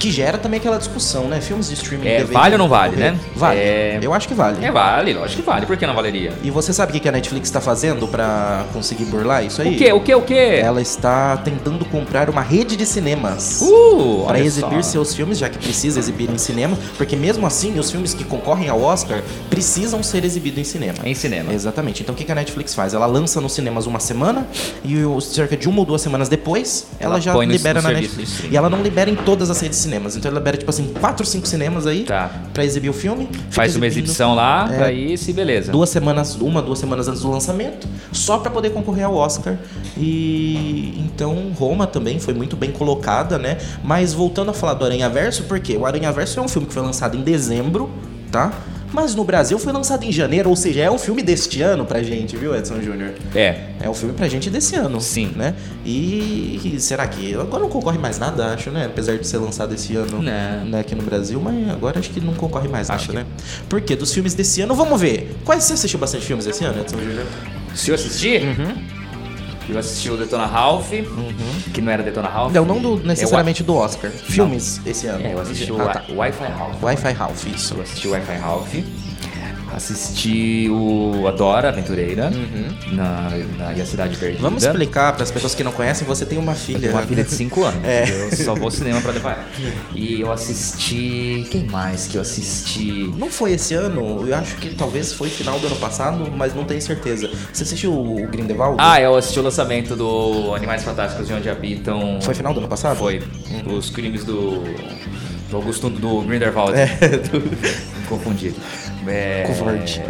[SPEAKER 1] Que gera também aquela discussão, né? Filmes de streaming.
[SPEAKER 2] É,
[SPEAKER 1] deveriam
[SPEAKER 2] vale ou não vale,
[SPEAKER 1] concorrer.
[SPEAKER 2] né?
[SPEAKER 1] Vale.
[SPEAKER 2] É-
[SPEAKER 1] Eu acho que vale.
[SPEAKER 2] É, vale, lógico que vale. Por que não valeria?
[SPEAKER 1] E você sabe o que que a Netflix tá fazendo pra conseguir burlar isso aí? É,
[SPEAKER 2] O quê? O quê? O quê?
[SPEAKER 1] Ela está tentando comprar uma rede de cinemas.
[SPEAKER 2] Uh,
[SPEAKER 1] Pra
[SPEAKER 2] olha
[SPEAKER 1] exibir
[SPEAKER 2] só.
[SPEAKER 1] seus filmes, já que precisa exibir em cinema, porque mesmo assim os filmes que concorrem ao Oscar precisam ser exibidos em cinema.
[SPEAKER 2] Em cinema.
[SPEAKER 1] Exatamente. Então o que que a Netflix faz? Ela lança nos cinemas uma semana e o- cerca de uma ou duas semanas depois ela,
[SPEAKER 2] Ela
[SPEAKER 1] já
[SPEAKER 2] põe no-
[SPEAKER 1] libera
[SPEAKER 2] no
[SPEAKER 1] na
[SPEAKER 2] serviço de
[SPEAKER 1] Netflix.
[SPEAKER 2] streaming.
[SPEAKER 1] E ela não libera em todas as redes de cinemas. Então ela libera tipo assim quatro, cinco cinemas aí
[SPEAKER 2] Tá.
[SPEAKER 1] pra exibir o filme. Fica
[SPEAKER 2] Faz uma
[SPEAKER 1] exibindo
[SPEAKER 2] exibição lá,
[SPEAKER 1] É.
[SPEAKER 2] pra isso e beleza.
[SPEAKER 1] duas semanas, uma, duas semanas antes do lançamento, só pra poder concorrer ao Oscar. E então Roma também foi muito bem colocada, né? Mas voltando a falar do Aranha Verso, porque o Aranha Verso é um filme que foi lançado em dezembro, tá? Mas no Brasil foi lançado em janeiro, ou seja, é um filme deste ano pra gente, viu, Edson Júnior?
[SPEAKER 2] É.
[SPEAKER 1] É um filme pra gente desse ano.
[SPEAKER 2] Sim.
[SPEAKER 1] Né? E, e será que. Agora não concorre mais nada, acho, né? Apesar de ser lançado esse ano
[SPEAKER 2] Não.
[SPEAKER 1] né, aqui no Brasil, mas agora acho que não concorre mais
[SPEAKER 2] Acho
[SPEAKER 1] nada, né? Porque dos filmes desse ano, vamos ver. Quais você assistiu bastante filmes esse ano, Edson Júnior?
[SPEAKER 2] Se eu assistir, eu assisti o Detona Ralph, que não era Detona Ralph.
[SPEAKER 1] Uhum. Não, não do-
[SPEAKER 2] É o-
[SPEAKER 1] necessariamente do Oscar. Filmes esse ano.
[SPEAKER 2] É, eu assisti o
[SPEAKER 1] Ah, tá.
[SPEAKER 2] Wi- Wi-Fi Ralph.
[SPEAKER 1] Wi-Fi Ralph, isso.
[SPEAKER 2] Eu assisti o Wi-Fi Ralph. Assisti o Adora Aventureira na, na e a Cidade Perdida.
[SPEAKER 1] Hum. Vamos explicar para as pessoas que não conhecem, você tem uma
[SPEAKER 2] Eu
[SPEAKER 1] filha.
[SPEAKER 2] tenho uma filha de 5 anos.
[SPEAKER 1] É.
[SPEAKER 2] Eu só vou ao cinema pra
[SPEAKER 1] [laughs]
[SPEAKER 2] levar ela. E eu assisti. Quem mais que eu assisti?
[SPEAKER 1] Não foi esse ano, eu acho que talvez foi final do ano passado, mas não tenho certeza. Você assistiu o Grindelwald?
[SPEAKER 2] Ah, eu assisti o lançamento do Animais Fantásticos de Onde Habitam.
[SPEAKER 1] Foi final do ano passado?
[SPEAKER 2] Foi. Os crimes do. Do Augusto do Grindelwald. [laughs]
[SPEAKER 1] É, do-
[SPEAKER 2] Confundido. É,
[SPEAKER 1] Covarde.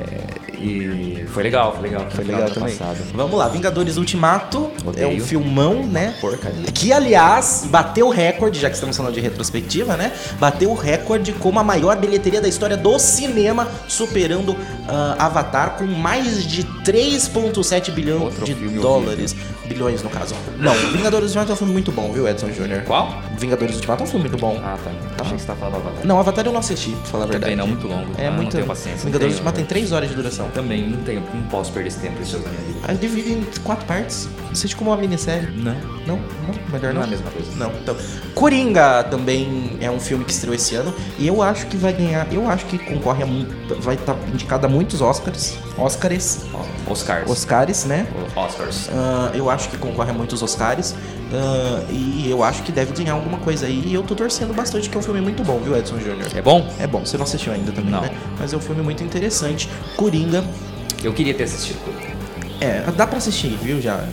[SPEAKER 2] E foi legal, foi legal.
[SPEAKER 1] Foi legal
[SPEAKER 2] final do ano
[SPEAKER 1] também.
[SPEAKER 2] Passado.
[SPEAKER 1] Vamos lá, Vingadores Ultimato é um
[SPEAKER 2] Odeio.
[SPEAKER 1] filmão, né?
[SPEAKER 2] Porcaria.
[SPEAKER 1] Que, aliás, bateu o recorde, já que estamos falando de retrospectiva, né? Bateu o recorde como a maior bilheteria da história do cinema, superando ah, Avatar com mais de 3,7 bilhão
[SPEAKER 2] Outro
[SPEAKER 1] de
[SPEAKER 2] filme
[SPEAKER 1] dólares. Bilhões, no caso. Não, Vingadores Ultimato é um filme muito bom, viu, Edson Jr.?
[SPEAKER 2] Qual?
[SPEAKER 1] Vingadores Ultimato é um filme muito bom.
[SPEAKER 2] Ah, tá. Achei que você tá falando Avatar.
[SPEAKER 1] Não, Avatar eu não assisti, pra falar a verdade.
[SPEAKER 2] Também não, muito longo.
[SPEAKER 1] É
[SPEAKER 2] Ah,
[SPEAKER 1] muito.
[SPEAKER 2] Não tenho paciência. não
[SPEAKER 1] Vingadores
[SPEAKER 2] tenho.
[SPEAKER 1] Ultimato tem 3 horas de duração.
[SPEAKER 2] Também não tenho, não posso perder esse tempo esse jogo na minha vida.
[SPEAKER 1] Aí divide em quatro partes. Assiste como uma minissérie.
[SPEAKER 2] Não.
[SPEAKER 1] Não, não, melhor não.
[SPEAKER 2] Não é a mesma coisa.
[SPEAKER 1] Não, então. Coringa também é um filme que estreou esse ano. E eu acho que vai ganhar. Eu acho que concorre a. mu- Vai estar indicado a muitos Oscars. Oscars.
[SPEAKER 2] Ó, Oscars.
[SPEAKER 1] Oscars, né?
[SPEAKER 2] Oscars.
[SPEAKER 1] Ah, eu acho que concorre a muitos Oscars. Ah, e eu acho que deve ganhar alguma coisa aí. E eu tô torcendo bastante, que é um filme muito bom, viu, Edson Júnior?
[SPEAKER 2] É bom?
[SPEAKER 1] É bom, você não assistiu ainda também,
[SPEAKER 2] Não.
[SPEAKER 1] né? Mas é um filme muito interessante. Coringa.
[SPEAKER 2] Eu queria ter assistido.
[SPEAKER 1] É, dá pra assistir, viu? Já.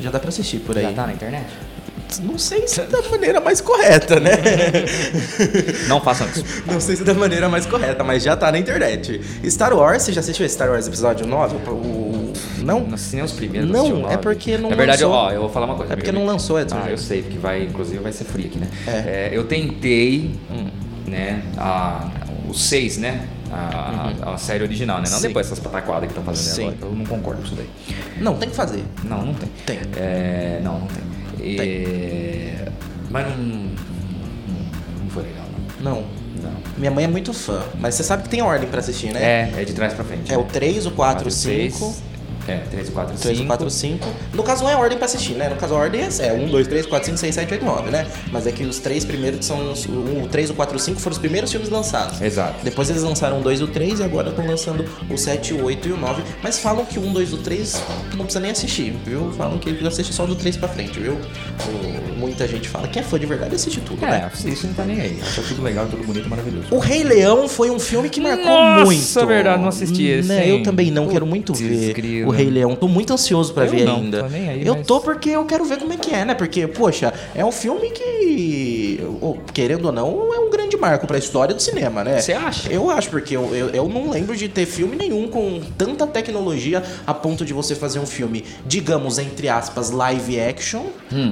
[SPEAKER 1] Já dá pra assistir por aí.
[SPEAKER 2] tá na internet?
[SPEAKER 1] Não sei se da maneira mais correta, né?
[SPEAKER 2] Não façam isso.
[SPEAKER 1] [laughs] Não sei se da maneira mais correta, mas já tá na internet. Star Wars, você já assistiu Star Wars episódio 9? O- o- Não?
[SPEAKER 2] Não, se nem os primeiros.
[SPEAKER 1] Não,
[SPEAKER 2] assisti o
[SPEAKER 1] é
[SPEAKER 2] nove.
[SPEAKER 1] porque não
[SPEAKER 2] Na verdade,
[SPEAKER 1] lançou.
[SPEAKER 2] ó, eu vou falar uma coisa.
[SPEAKER 1] É porque não lançou, Edson.
[SPEAKER 2] Ah, eu sei, porque vai, inclusive, vai ser frio aqui, né?
[SPEAKER 1] É.
[SPEAKER 2] É, eu tentei, né, a, o 6, né? A, a- a série original, né? Não
[SPEAKER 1] Uhum. Sim.
[SPEAKER 2] depois essas pataquadas que estão fazendo
[SPEAKER 1] Sim.
[SPEAKER 2] agora. Eu não concordo com isso daí.
[SPEAKER 1] Não, tem que fazer.
[SPEAKER 2] Não, não tem.
[SPEAKER 1] Tem.
[SPEAKER 2] É, não, não tem. E- Mas não, não foi legal,
[SPEAKER 1] Não.
[SPEAKER 2] não. Não.
[SPEAKER 1] Minha mãe é muito fã, mas você sabe que tem ordem pra assistir, né?
[SPEAKER 2] É, é de trás pra frente.
[SPEAKER 1] É o 3, o 4, o 5.
[SPEAKER 2] 6. É, 3 e 4 e
[SPEAKER 1] 3,
[SPEAKER 2] 5.
[SPEAKER 1] 4, 5. No caso, não é ordem pra assistir, né? No caso, a ordem é 1, 2, 3, 4, 5, 6, 7, 8, 9, né? Mas é que os três primeiros são. os- O 3, o 4, o 5 foram os primeiros filmes lançados.
[SPEAKER 2] Exato.
[SPEAKER 1] Depois eles lançaram o 2 e o 3 e agora estão lançando o 7, o 8 e o 9. Mas falam que o 1, 2 e o 3 não precisa nem assistir, viu? Falam que assiste só do 3 pra frente, viu? O- Muita gente fala. Quem é fã de verdade assiste tudo,
[SPEAKER 2] É,
[SPEAKER 1] né?
[SPEAKER 2] isso não tá nem aí. Achou tudo legal, tudo bonito, maravilhoso.
[SPEAKER 1] O Rei Leão foi um filme que marcou
[SPEAKER 2] Nossa, é
[SPEAKER 1] muito.
[SPEAKER 2] verdade, não assisti esse,
[SPEAKER 1] Né,
[SPEAKER 2] hein?
[SPEAKER 1] Eu também não, quero muito
[SPEAKER 2] Putz,
[SPEAKER 1] ver
[SPEAKER 2] grila.
[SPEAKER 1] o Rei Leão. Tô muito ansioso pra
[SPEAKER 2] Eu
[SPEAKER 1] ver
[SPEAKER 2] não,
[SPEAKER 1] ainda.
[SPEAKER 2] tô nem aí,
[SPEAKER 1] eu
[SPEAKER 2] mas-
[SPEAKER 1] tô porque eu quero ver como é que é, né? Porque, poxa, é um filme que, ou, querendo ou não, é um grande marco pra história do cinema, né?
[SPEAKER 2] Você acha?
[SPEAKER 1] Eu acho, porque eu, eu, eu não lembro de ter filme nenhum com tanta tecnologia a ponto de você fazer um filme, digamos, entre aspas, live action,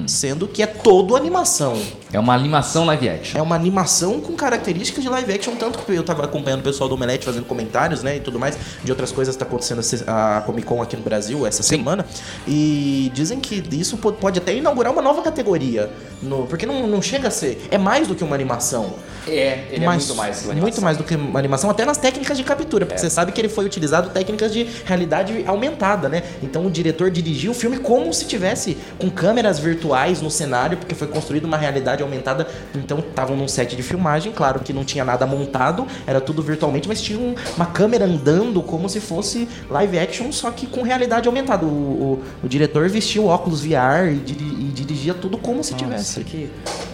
[SPEAKER 1] sendo que é todo animação.
[SPEAKER 2] É uma animação live action.
[SPEAKER 1] É uma animação com características de live action, tanto que eu tava acompanhando o pessoal do Omelete fazendo comentários, né, e tudo mais, de outras coisas que tá acontecendo esse- a Comic Con aqui no Brasil essa semana, e dizem que isso po- pode até inaugurar uma nova categoria, no- porque não, não chega a ser, é mais do que uma animação.
[SPEAKER 2] É, ele
[SPEAKER 1] Mas-
[SPEAKER 2] é muito mais que
[SPEAKER 1] Muito
[SPEAKER 2] uma animação. É.
[SPEAKER 1] mais do que uma animação, até nas técnicas de captura, porque você sabe que ele foi utilizado técnicas de realidade aumentada, né? Então o diretor dirigiu o filme como se tivesse com câmeras virtuais no cenário, porque foi construída uma realidade aumentada. Então estavam num set de filmagem, claro que não tinha nada montado, era tudo virtualmente, mas tinha um- uma câmera andando como se fosse live action, só que com realidade aumentada. O, o- o diretor vestiu óculos VR e, diri- e dirigia tudo como se
[SPEAKER 2] Nossa,
[SPEAKER 1] tivesse.
[SPEAKER 2] que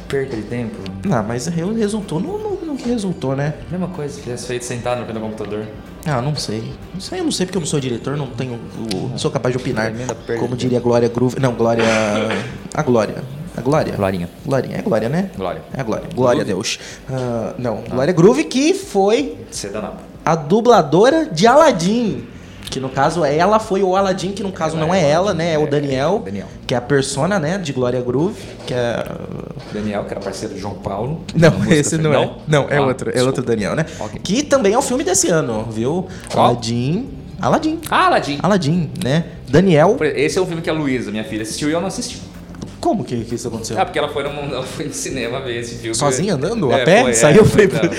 [SPEAKER 2] perda de tempo.
[SPEAKER 1] Não, mas re- resultou no- no- no que resultou, né?
[SPEAKER 2] Mesma coisa se tivesse feito sentado no frente do computador.
[SPEAKER 1] Ah, não sei. Não sei, eu não sei porque eu não sou diretor, não tenho. o- Não sou capaz de opinar.
[SPEAKER 2] Tremenda perda.
[SPEAKER 1] Como diria Glória Groove. Não, Glória. A Glória. A Glória.
[SPEAKER 2] Glorinha.
[SPEAKER 1] Glorinha. É Glória, né?
[SPEAKER 2] Glória.
[SPEAKER 1] É a Glória. Glória a Deus. Ah, não, Glória Groove, que foi
[SPEAKER 2] Você é dá na.
[SPEAKER 1] a dubladora de Aladdin. Que no caso é ela foi o Aladdin, que no caso não é ela, né? É o Daniel.
[SPEAKER 2] Daniel.
[SPEAKER 1] Que é a persona, né? De Glória Groove. Que é.
[SPEAKER 2] Daniel, que era parceiro do João Paulo. Na
[SPEAKER 1] Não,
[SPEAKER 2] música
[SPEAKER 1] esse não, é.
[SPEAKER 2] final.
[SPEAKER 1] Não, é
[SPEAKER 2] Ah,
[SPEAKER 1] outro. É
[SPEAKER 2] desculpa.
[SPEAKER 1] outro Daniel, né?
[SPEAKER 2] Ok.
[SPEAKER 1] Que também é um filme desse ano, viu?
[SPEAKER 2] Qual?
[SPEAKER 1] Aladdin. Aladdin.
[SPEAKER 2] Ah, Aladdin.
[SPEAKER 1] Aladdin, né? Daniel.
[SPEAKER 2] Por exemplo, Esse é um filme que a Luísa, minha filha, assistiu e eu não assisti.
[SPEAKER 1] Como que, que isso aconteceu?
[SPEAKER 2] Ah, porque ela foi, num, ela foi no cinema ver esse filme. É,
[SPEAKER 1] Sozinha andando? A pé? Saiu? Foi-
[SPEAKER 2] foi, não.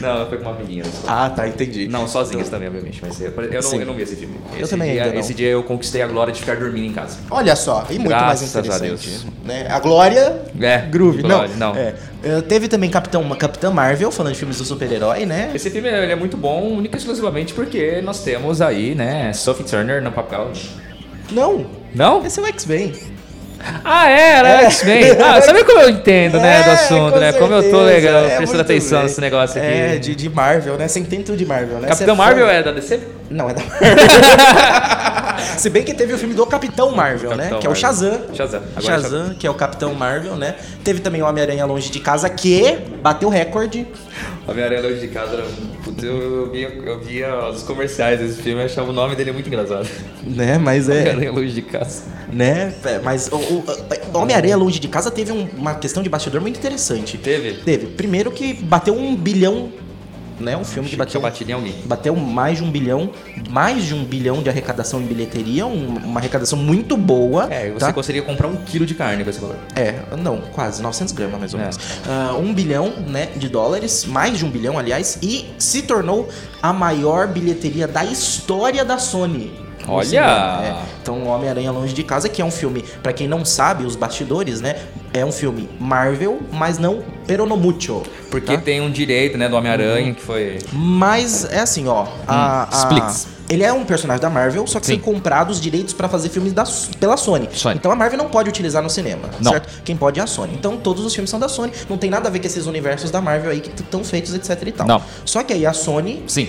[SPEAKER 2] não, ela foi com uma menina. só.
[SPEAKER 1] Ah, tá, entendi.
[SPEAKER 2] Não, sozinhas também, obviamente. Mas eu, eu
[SPEAKER 1] então, Sim.
[SPEAKER 2] não, eu não vi esse filme.
[SPEAKER 1] Eu
[SPEAKER 2] Esse
[SPEAKER 1] também
[SPEAKER 2] dia,
[SPEAKER 1] ainda não.
[SPEAKER 2] Esse dia eu conquistei a glória de ficar dormindo em casa.
[SPEAKER 1] Olha só, e muito mais
[SPEAKER 2] Graças a
[SPEAKER 1] interessante.
[SPEAKER 2] Deus.
[SPEAKER 1] Né? A Glória
[SPEAKER 2] É,
[SPEAKER 1] Groove,
[SPEAKER 2] Glória,
[SPEAKER 1] não.
[SPEAKER 2] não.
[SPEAKER 1] É. Eh, Teve também Capitão, uma Capitã Marvel, falando de filmes do super-herói, né?
[SPEAKER 2] Esse filme ele é muito bom, única e exclusivamente porque nós temos aí, né, Sophie Turner no papel.
[SPEAKER 1] Não,
[SPEAKER 2] Não?
[SPEAKER 1] esse é o X-Men.
[SPEAKER 2] Ah, é, era X-Men.
[SPEAKER 1] [laughs]
[SPEAKER 2] Ah, sabe como eu entendo, né, do
[SPEAKER 1] É,
[SPEAKER 2] assunto,
[SPEAKER 1] com
[SPEAKER 2] né? Como eu
[SPEAKER 1] certeza,
[SPEAKER 2] tô legal,
[SPEAKER 1] é
[SPEAKER 2] prestando
[SPEAKER 1] muito
[SPEAKER 2] atenção
[SPEAKER 1] bem.
[SPEAKER 2] nesse negócio aqui.
[SPEAKER 1] É, de, de Marvel, né? Você entende tudo de Marvel, né?
[SPEAKER 2] Capitão
[SPEAKER 1] Você é fã.
[SPEAKER 2] Marvel é da DC?
[SPEAKER 1] Não,
[SPEAKER 2] [laughs]
[SPEAKER 1] é da Marvel. Se bem que teve o filme do Capitão Marvel, né?
[SPEAKER 2] Capitão
[SPEAKER 1] que é o
[SPEAKER 2] Marvel.
[SPEAKER 1] Shazam.
[SPEAKER 2] Shazam. Agora é
[SPEAKER 1] Shazam, que é o Capitão Marvel, né? Teve também o Homem-Aranha Longe de Casa, que bateu recorde.
[SPEAKER 2] A minha aranha longe de casa era. Putz, eu, eu, via, eu via os comerciais desse filme e achava o nome dele muito engraçado.
[SPEAKER 1] Né, mas
[SPEAKER 2] É.
[SPEAKER 1] é.
[SPEAKER 2] [laughs] Aranha longe de casa.
[SPEAKER 1] Né? É, Mas o, o- o Homem-Aranha Longe de Casa teve um- uma questão de bastidor muito interessante.
[SPEAKER 2] Teve?
[SPEAKER 1] Teve. Primeiro que bateu um bilhão né, um filme que bateu
[SPEAKER 2] Bateu batido em alguém.
[SPEAKER 1] bateu mais de um bilhão, mais de um bilhão de arrecadação em bilheteria, um- uma arrecadação muito boa.
[SPEAKER 2] É, você
[SPEAKER 1] tá?
[SPEAKER 2] conseguiria comprar um quilo de carne com esse valor.
[SPEAKER 1] É, não, quase, 900 gramas mais ou
[SPEAKER 2] É.
[SPEAKER 1] menos. Ah, um bilhão, né, de dólares, mais de um bilhão, aliás, e se tornou a maior bilheteria da história da Sony. no
[SPEAKER 2] Olha!
[SPEAKER 1] cinema, né? Então, Homem-Aranha Longe de Casa, que é um filme, pra quem não sabe, os bastidores, né, é um filme Marvel, mas não peronomucho.
[SPEAKER 2] Porque tem um direito, né, do Homem-Aranha, que foi.
[SPEAKER 1] Mas é assim, ó. a- a-
[SPEAKER 2] Splits.
[SPEAKER 1] ele é um personagem da Marvel, só que
[SPEAKER 2] Hum, Sim.
[SPEAKER 1] foi comprado os direitos pra fazer filmes da, pela Sony.
[SPEAKER 2] Sony.
[SPEAKER 1] Então a Marvel não pode utilizar no cinema,
[SPEAKER 2] Não.
[SPEAKER 1] certo? Quem pode é a Sony. Então todos os filmes são da Sony. Não tem nada a ver com esses universos da Marvel aí que estão feitos, etc e tal.
[SPEAKER 2] Não.
[SPEAKER 1] Só que aí a Sony.
[SPEAKER 2] Sim.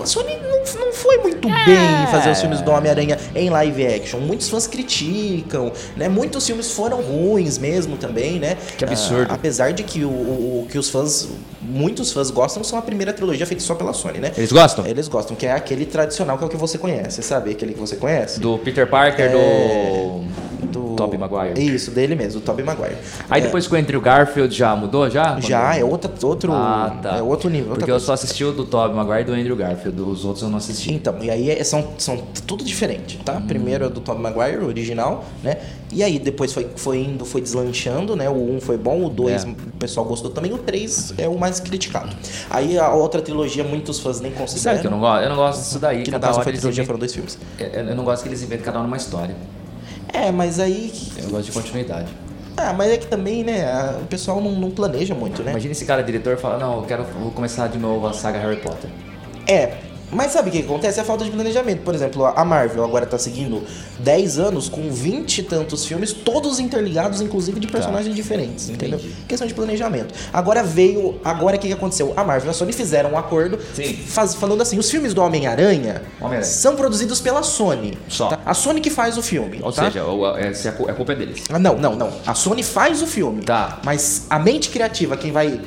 [SPEAKER 1] A Sony não, não foi muito bem em fazer os filmes do Homem-Aranha em live action. Muitos fãs criticam, né? Muitos filmes foram ruins mesmo também, né?
[SPEAKER 2] Que absurdo.
[SPEAKER 1] Ah, apesar de que o, o- o que os fãs, muitos fãs gostam, são a primeira trilogia feita só pela Sony, né?
[SPEAKER 2] Eles gostam?
[SPEAKER 1] Eles gostam, que é aquele tradicional, que é o que você conhece, sabe? Aquele que você conhece.
[SPEAKER 2] Do Peter Parker, do.
[SPEAKER 1] É, Do-
[SPEAKER 2] Tobey Maguire.
[SPEAKER 1] Isso, dele mesmo, do Tobey Maguire.
[SPEAKER 2] Aí
[SPEAKER 1] É,
[SPEAKER 2] depois com o Andrew Garfield já mudou? Já?
[SPEAKER 1] Já é outra, outro,
[SPEAKER 2] Ah, tá.
[SPEAKER 1] é outro nível. outra
[SPEAKER 2] Porque eu
[SPEAKER 1] coisa.
[SPEAKER 2] só assisti o do Tobey Maguire e do Andrew Garfield. Os outros eu não assisti.
[SPEAKER 1] Então, e aí é- são, são tudo diferente, tá?
[SPEAKER 2] Hum.
[SPEAKER 1] Primeiro é do Tobey Maguire, o original, né? E aí depois foi, foi indo, foi deslanchando, né? O 1 um foi bom, o 2
[SPEAKER 2] É.
[SPEAKER 1] o pessoal gostou também, o 3 é o mais criticado. Aí a outra trilogia muitos fãs nem consideram.
[SPEAKER 2] Sabe que eu não é gosto? Eu não gosto disso daí.
[SPEAKER 1] que no
[SPEAKER 2] cada
[SPEAKER 1] caso
[SPEAKER 2] hora
[SPEAKER 1] foi a
[SPEAKER 2] eles
[SPEAKER 1] trilogia,
[SPEAKER 2] inventam- é,
[SPEAKER 1] foram dois filmes.
[SPEAKER 2] Eu eu não gosto que eles inventam cada hora uma história.
[SPEAKER 1] É, mas aí...
[SPEAKER 2] Eu gosto de continuidade.
[SPEAKER 1] Ah, mas é que também, né? a- O pessoal não, não planeja muito, né?
[SPEAKER 2] Imagina esse cara diretor fala, não, eu quero vou começar de novo a saga Harry Potter.
[SPEAKER 1] É, mas sabe o que acontece? É a falta de planejamento. Por exemplo, a Marvel agora tá seguindo 10 anos com 20 e tantos filmes, todos interligados, inclusive de
[SPEAKER 2] Tá.
[SPEAKER 1] personagens diferentes, entendeu? Questão de planejamento. Agora veio, agora o que que aconteceu? A Marvel e a Sony fizeram um acordo
[SPEAKER 2] Sim.
[SPEAKER 1] faz- falando assim, os filmes do Homem-Aranha
[SPEAKER 2] Homem-Aranha.
[SPEAKER 1] são produzidos pela Sony.
[SPEAKER 2] Só.
[SPEAKER 1] tá? A Sony que faz o filme,
[SPEAKER 2] Ou
[SPEAKER 1] tá?
[SPEAKER 2] seja, o- a- é, se a, cu- a culpa é deles.
[SPEAKER 1] Ah, Não, não, não. A Sony faz o filme.
[SPEAKER 2] Tá.
[SPEAKER 1] Mas a mente criativa, quem vai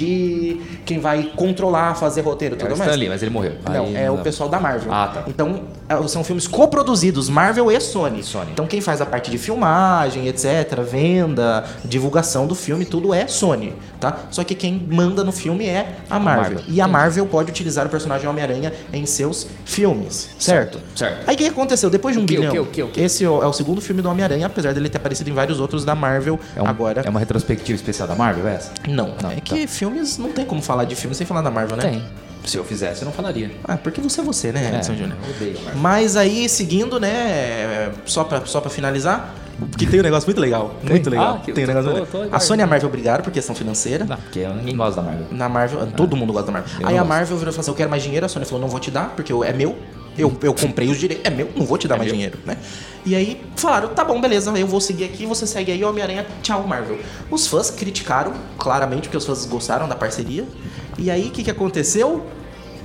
[SPEAKER 1] dirigir, quem vai controlar, fazer roteiro e
[SPEAKER 2] É
[SPEAKER 1] tudo
[SPEAKER 2] o
[SPEAKER 1] mais.
[SPEAKER 2] Stanley, mas ele morreu.
[SPEAKER 1] Não,
[SPEAKER 2] Aí
[SPEAKER 1] é o
[SPEAKER 2] dá.
[SPEAKER 1] pessoal da Marvel.
[SPEAKER 2] Ah, tá.
[SPEAKER 1] Então, é, são filmes coproduzidos, Marvel e Sony.
[SPEAKER 2] Sony.
[SPEAKER 1] Então, quem faz a parte de filmagem, etc., venda, divulgação do filme, tudo é Sony, tá? Só que quem manda no filme é a Marvel.
[SPEAKER 2] Marvel.
[SPEAKER 1] E a Marvel pode utilizar o personagem Homem-Aranha em seus filmes, certo?
[SPEAKER 2] Certo.
[SPEAKER 1] Aí o que aconteceu? Depois de um
[SPEAKER 2] O quê, o
[SPEAKER 1] bilhão.
[SPEAKER 2] quê, o quê, o quê?
[SPEAKER 1] Esse é o é o segundo filme do Homem-Aranha, apesar dele ter aparecido em vários outros da Marvel
[SPEAKER 2] É um-
[SPEAKER 1] agora.
[SPEAKER 2] É uma retrospectiva especial da Marvel, essa?
[SPEAKER 1] Não,
[SPEAKER 2] Não, tá.
[SPEAKER 1] é que filmes não tem como falar de filme sem falar da Marvel, né?
[SPEAKER 4] Tem.
[SPEAKER 2] Se eu fizesse, eu não falaria.
[SPEAKER 1] Ah, porque você é você, né, Edson Júnior?
[SPEAKER 2] eu Odeio, a Marvel.
[SPEAKER 1] Mas aí, seguindo, né, só pra, só pra finalizar, porque tem um negócio muito legal, muito legal.
[SPEAKER 2] Ah, que-
[SPEAKER 1] tem um
[SPEAKER 2] tô-
[SPEAKER 1] negócio
[SPEAKER 2] tô-
[SPEAKER 1] muito
[SPEAKER 2] tô
[SPEAKER 1] legal.
[SPEAKER 2] ligado.
[SPEAKER 1] A Sony e a Marvel brigaram por questão financeira.
[SPEAKER 2] Não, porque ninguém gosta da Marvel.
[SPEAKER 1] Na Marvel, todo mundo gosta da Marvel.
[SPEAKER 2] É. Eu
[SPEAKER 1] aí
[SPEAKER 2] não
[SPEAKER 1] a
[SPEAKER 2] gosto.
[SPEAKER 1] Marvel virou e falou assim, eu quero mais dinheiro, a Sony falou, não vou te dar, porque eu- é meu. Eu, eu comprei os direitos, é meu, não vou te dar mais dinheiro, né? E aí falaram, tá bom, beleza, eu vou seguir aqui, você segue aí, Homem-Aranha, tchau, Marvel. Os fãs criticaram, claramente, porque os fãs gostaram da parceria. E aí, o que, que aconteceu?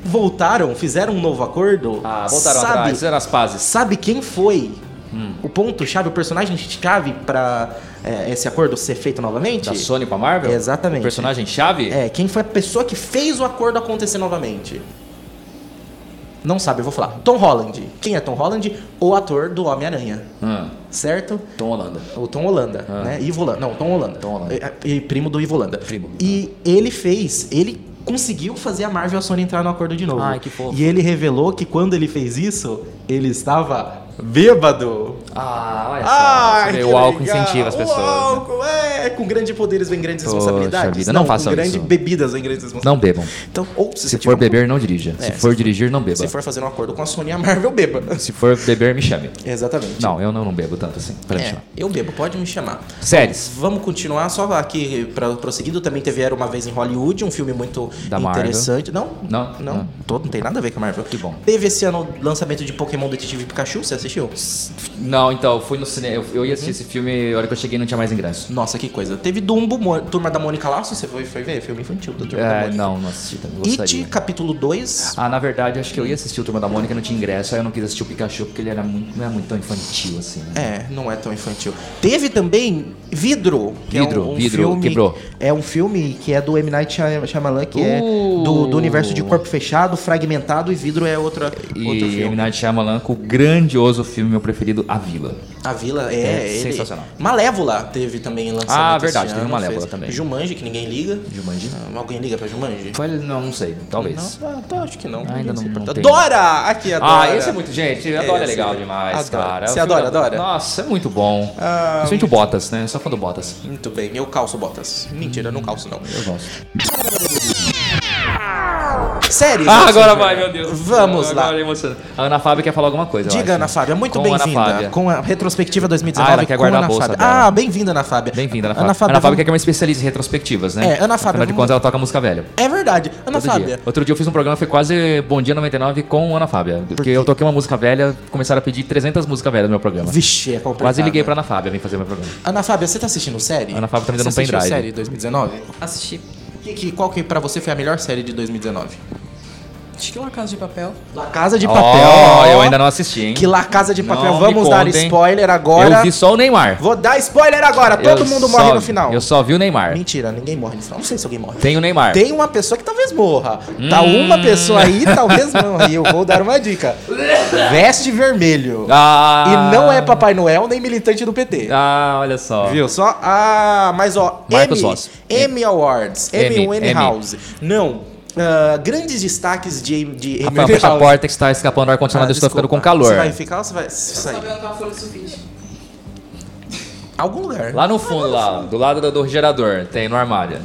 [SPEAKER 1] Voltaram, fizeram um novo acordo.
[SPEAKER 2] Ah, voltaram
[SPEAKER 1] sabe,
[SPEAKER 2] atrás, Hum. fizeram as pazes.
[SPEAKER 1] Sabe quem foi o ponto-chave, o personagem-chave pra é, esse acordo ser feito novamente?
[SPEAKER 2] Da Sony pra Marvel?
[SPEAKER 1] Exatamente.
[SPEAKER 2] O personagem chave?
[SPEAKER 1] É, quem foi a pessoa que fez o acordo acontecer novamente? Não sabe, eu vou falar. Tom Holland. Quem é Tom Holland? O ator do Homem-Aranha,
[SPEAKER 2] Hum,
[SPEAKER 1] certo?
[SPEAKER 2] Tom Holanda.
[SPEAKER 1] O Tom Holanda,
[SPEAKER 2] Ah.
[SPEAKER 1] né? Ivo Holanda. Não, Tom Holanda. É,
[SPEAKER 2] Tom Holanda.
[SPEAKER 1] E, e primo do Ivo Holanda.
[SPEAKER 2] Primo.
[SPEAKER 1] E ele fez, ele conseguiu fazer a Marvel e a Sony entrar no acordo de novo.
[SPEAKER 2] Ai, que fofo.
[SPEAKER 1] E ele revelou que quando ele fez isso, ele estava bêbado.
[SPEAKER 2] Ah, olha só.
[SPEAKER 1] Ah,
[SPEAKER 2] Você vê,
[SPEAKER 1] que
[SPEAKER 2] o álcool
[SPEAKER 1] legal.
[SPEAKER 2] incentiva as
[SPEAKER 1] O
[SPEAKER 2] pessoas. né?
[SPEAKER 1] álcool, é. Com grandes poderes vem grandes
[SPEAKER 2] Poxa
[SPEAKER 1] responsabilidades.
[SPEAKER 2] vida, não façam
[SPEAKER 1] com grandes
[SPEAKER 2] isso.
[SPEAKER 1] bebidas vem grandes responsabilidades.
[SPEAKER 2] Não bebam.
[SPEAKER 1] Então, ou se, você
[SPEAKER 2] Se
[SPEAKER 1] tiver
[SPEAKER 2] for
[SPEAKER 1] um-
[SPEAKER 2] beber, não dirija.
[SPEAKER 1] É,
[SPEAKER 2] se for dirigir, não beba.
[SPEAKER 1] Se for fazer um acordo com a Sony e a Marvel, beba. [laughs]
[SPEAKER 2] Se for beber, me chame.
[SPEAKER 1] Exatamente.
[SPEAKER 2] Não, eu não, não bebo tanto assim. Pra me
[SPEAKER 1] É,
[SPEAKER 2] chamar.
[SPEAKER 1] eu bebo, pode me chamar.
[SPEAKER 2] Séries.
[SPEAKER 1] Vamos continuar, só aqui pra, prosseguindo, também teve Era Uma Vez em Hollywood, um filme muito
[SPEAKER 2] Da Marvel.
[SPEAKER 1] interessante. Não?
[SPEAKER 2] Não?
[SPEAKER 1] Não,
[SPEAKER 2] Não.
[SPEAKER 1] todo, não tem nada a ver com a Marvel. Que
[SPEAKER 2] bom.
[SPEAKER 1] Teve esse ano o lançamento de Pokémon Detetive Pikachu, você assistiu?
[SPEAKER 2] Não, então, eu fui no cinema. Eu, eu ia assistir esse filme, a hora que eu cheguei não tinha mais ingresso.
[SPEAKER 1] Nossa, que coisa. Teve Dumbo, Mo- Turma da Mônica Laço, você foi, foi ver? Filme infantil da Turma da
[SPEAKER 2] É,
[SPEAKER 1] Mônica.
[SPEAKER 2] não, não assisti também.
[SPEAKER 1] It,
[SPEAKER 2] Gostaria.
[SPEAKER 1] capítulo 2.
[SPEAKER 2] Ah, na verdade, acho que eu ia assistir o Turma da Mônica, não tinha ingresso, aí eu não quis assistir o Pikachu porque ele era muito, não é muito tão infantil assim. Né?
[SPEAKER 1] É, não é tão infantil. Teve também Vidro. Que é
[SPEAKER 2] Vidro,
[SPEAKER 1] um, um
[SPEAKER 2] Vidro,
[SPEAKER 1] filme,
[SPEAKER 2] quebrou.
[SPEAKER 1] É um filme que é do M. Night Shy- Shyamalan, que é
[SPEAKER 2] Uh.
[SPEAKER 1] do, do universo de Corpo Fechado, Fragmentado, e Vidro é outra, outro
[SPEAKER 2] E
[SPEAKER 1] filme.
[SPEAKER 2] M. Night Shyamalan com o grandioso filme, meu preferido, A Vila.
[SPEAKER 1] A Vila é,
[SPEAKER 2] É
[SPEAKER 1] ele-
[SPEAKER 2] sensacional.
[SPEAKER 1] Malévola teve também lançado
[SPEAKER 2] Ah,
[SPEAKER 1] Renato
[SPEAKER 2] verdade,
[SPEAKER 1] esse
[SPEAKER 2] teve uma
[SPEAKER 1] ano,
[SPEAKER 2] lévola
[SPEAKER 1] fez
[SPEAKER 2] também.
[SPEAKER 1] Jumanji, que ninguém liga.
[SPEAKER 2] Jumanji?
[SPEAKER 1] Ah, alguém liga pra Jumanji?
[SPEAKER 2] Foi, não, não sei, talvez.
[SPEAKER 1] Não, tá, tá, acho que não.
[SPEAKER 4] Ainda não-
[SPEAKER 1] se importa.
[SPEAKER 4] não tem.
[SPEAKER 1] Dora! Aqui, a Dora.
[SPEAKER 2] Ah, esse é muito. Gente, a Dora é
[SPEAKER 1] Esse.
[SPEAKER 2] legal demais,
[SPEAKER 1] Adoro.
[SPEAKER 2] cara.
[SPEAKER 1] Você
[SPEAKER 2] O filme
[SPEAKER 1] adora,
[SPEAKER 2] da-
[SPEAKER 1] adora? Ah,
[SPEAKER 2] Nossa, é muito bom. Principalmente o Bottas, né? Só fã do Bottas.
[SPEAKER 1] Muito bem, eu calço botas. Mentira, eu não calço
[SPEAKER 2] [laughs]
[SPEAKER 1] não.
[SPEAKER 2] Eu gosto.
[SPEAKER 1] Séries.
[SPEAKER 2] Ah,
[SPEAKER 1] Nelson
[SPEAKER 2] agora
[SPEAKER 1] Júnior.
[SPEAKER 2] vai, meu Deus.
[SPEAKER 1] Vamos
[SPEAKER 2] Agora
[SPEAKER 1] lá.
[SPEAKER 2] eu emociono. A Ana Fábia quer falar alguma coisa. eu
[SPEAKER 1] Diga,
[SPEAKER 2] acho.
[SPEAKER 1] Ana Fábia, muito
[SPEAKER 2] Com a Ana
[SPEAKER 1] bem-vinda
[SPEAKER 2] Fábia.
[SPEAKER 1] com a retrospectiva 2019.
[SPEAKER 2] Ah, ela quer
[SPEAKER 1] com
[SPEAKER 2] guardar
[SPEAKER 1] Ana
[SPEAKER 2] a bolsa
[SPEAKER 1] Fábia.
[SPEAKER 2] dela.
[SPEAKER 1] Ah, bem-vinda, Ana Fábia.
[SPEAKER 2] Bem-vinda, Ana Fábia. Ana Fábia,
[SPEAKER 1] vamos-
[SPEAKER 2] que é uma especialista em retrospectivas, né?
[SPEAKER 1] É, Ana Fábia,
[SPEAKER 2] Afinal de
[SPEAKER 1] vamos-
[SPEAKER 2] contas, ela toca música velha.
[SPEAKER 1] É verdade. Ana
[SPEAKER 2] Todo
[SPEAKER 1] Fábia.
[SPEAKER 2] dia. Outro dia eu fiz um programa, foi quase Bom Dia 99 com Ana Fábia. Porque eu toquei uma música velha, começaram a pedir 300 músicas velhas no meu programa.
[SPEAKER 1] Vixe, é complicado.
[SPEAKER 2] Quase liguei pra Ana Fábia, vim fazer meu programa.
[SPEAKER 1] Ana Fábia, você tá assistindo série?
[SPEAKER 2] Ana Fábia tá me dando
[SPEAKER 1] Você
[SPEAKER 2] um
[SPEAKER 1] assistiu
[SPEAKER 2] pendrive.
[SPEAKER 1] série 2019?
[SPEAKER 5] Assisti.
[SPEAKER 1] Que, que, qual que pra você foi a melhor série de 2019?
[SPEAKER 5] Acho que La Casa de Papel.
[SPEAKER 1] La Casa de
[SPEAKER 2] Ó,
[SPEAKER 1] Papel.
[SPEAKER 2] eu ainda não assisti, hein?
[SPEAKER 1] Tá Que La Casa de Papel.
[SPEAKER 2] Não me
[SPEAKER 1] Vamos dar
[SPEAKER 2] contem.
[SPEAKER 1] spoiler agora.
[SPEAKER 2] Eu vi só o Neymar.
[SPEAKER 1] Vou dar spoiler agora. Todo
[SPEAKER 2] Eu
[SPEAKER 1] mundo
[SPEAKER 2] só-
[SPEAKER 1] morre no final.
[SPEAKER 2] Eu só vi o Neymar.
[SPEAKER 1] Mentira, ninguém morre no final. Não sei se alguém morre.
[SPEAKER 2] Tem o Neymar.
[SPEAKER 1] Tem uma pessoa que talvez morra. Tá
[SPEAKER 2] Hum.
[SPEAKER 1] uma pessoa aí, talvez
[SPEAKER 2] [laughs]
[SPEAKER 1] não. E eu vou dar uma dica. Veste vermelho.
[SPEAKER 2] Ah,
[SPEAKER 1] E não é Papai Noel nem militante do PT.
[SPEAKER 2] Ah, olha só.
[SPEAKER 1] Viu só? Ah, mas ó,
[SPEAKER 2] Marcos
[SPEAKER 1] M,
[SPEAKER 2] Rossi.
[SPEAKER 1] M Awards, M,
[SPEAKER 2] M,
[SPEAKER 1] M,
[SPEAKER 2] M.
[SPEAKER 1] House. Não, ah, grandes destaques de, de M
[SPEAKER 2] Rafael, fecha a porta que está escapando o ar-condicionado, eu estou ficando com calor.
[SPEAKER 1] Ah, Você vai ficar ou você vai sair?
[SPEAKER 5] Sabendo a folha de sulfite.
[SPEAKER 1] Algum lugar.
[SPEAKER 2] Lá no fundo, lá, do lado do, do gerador, tem no armário.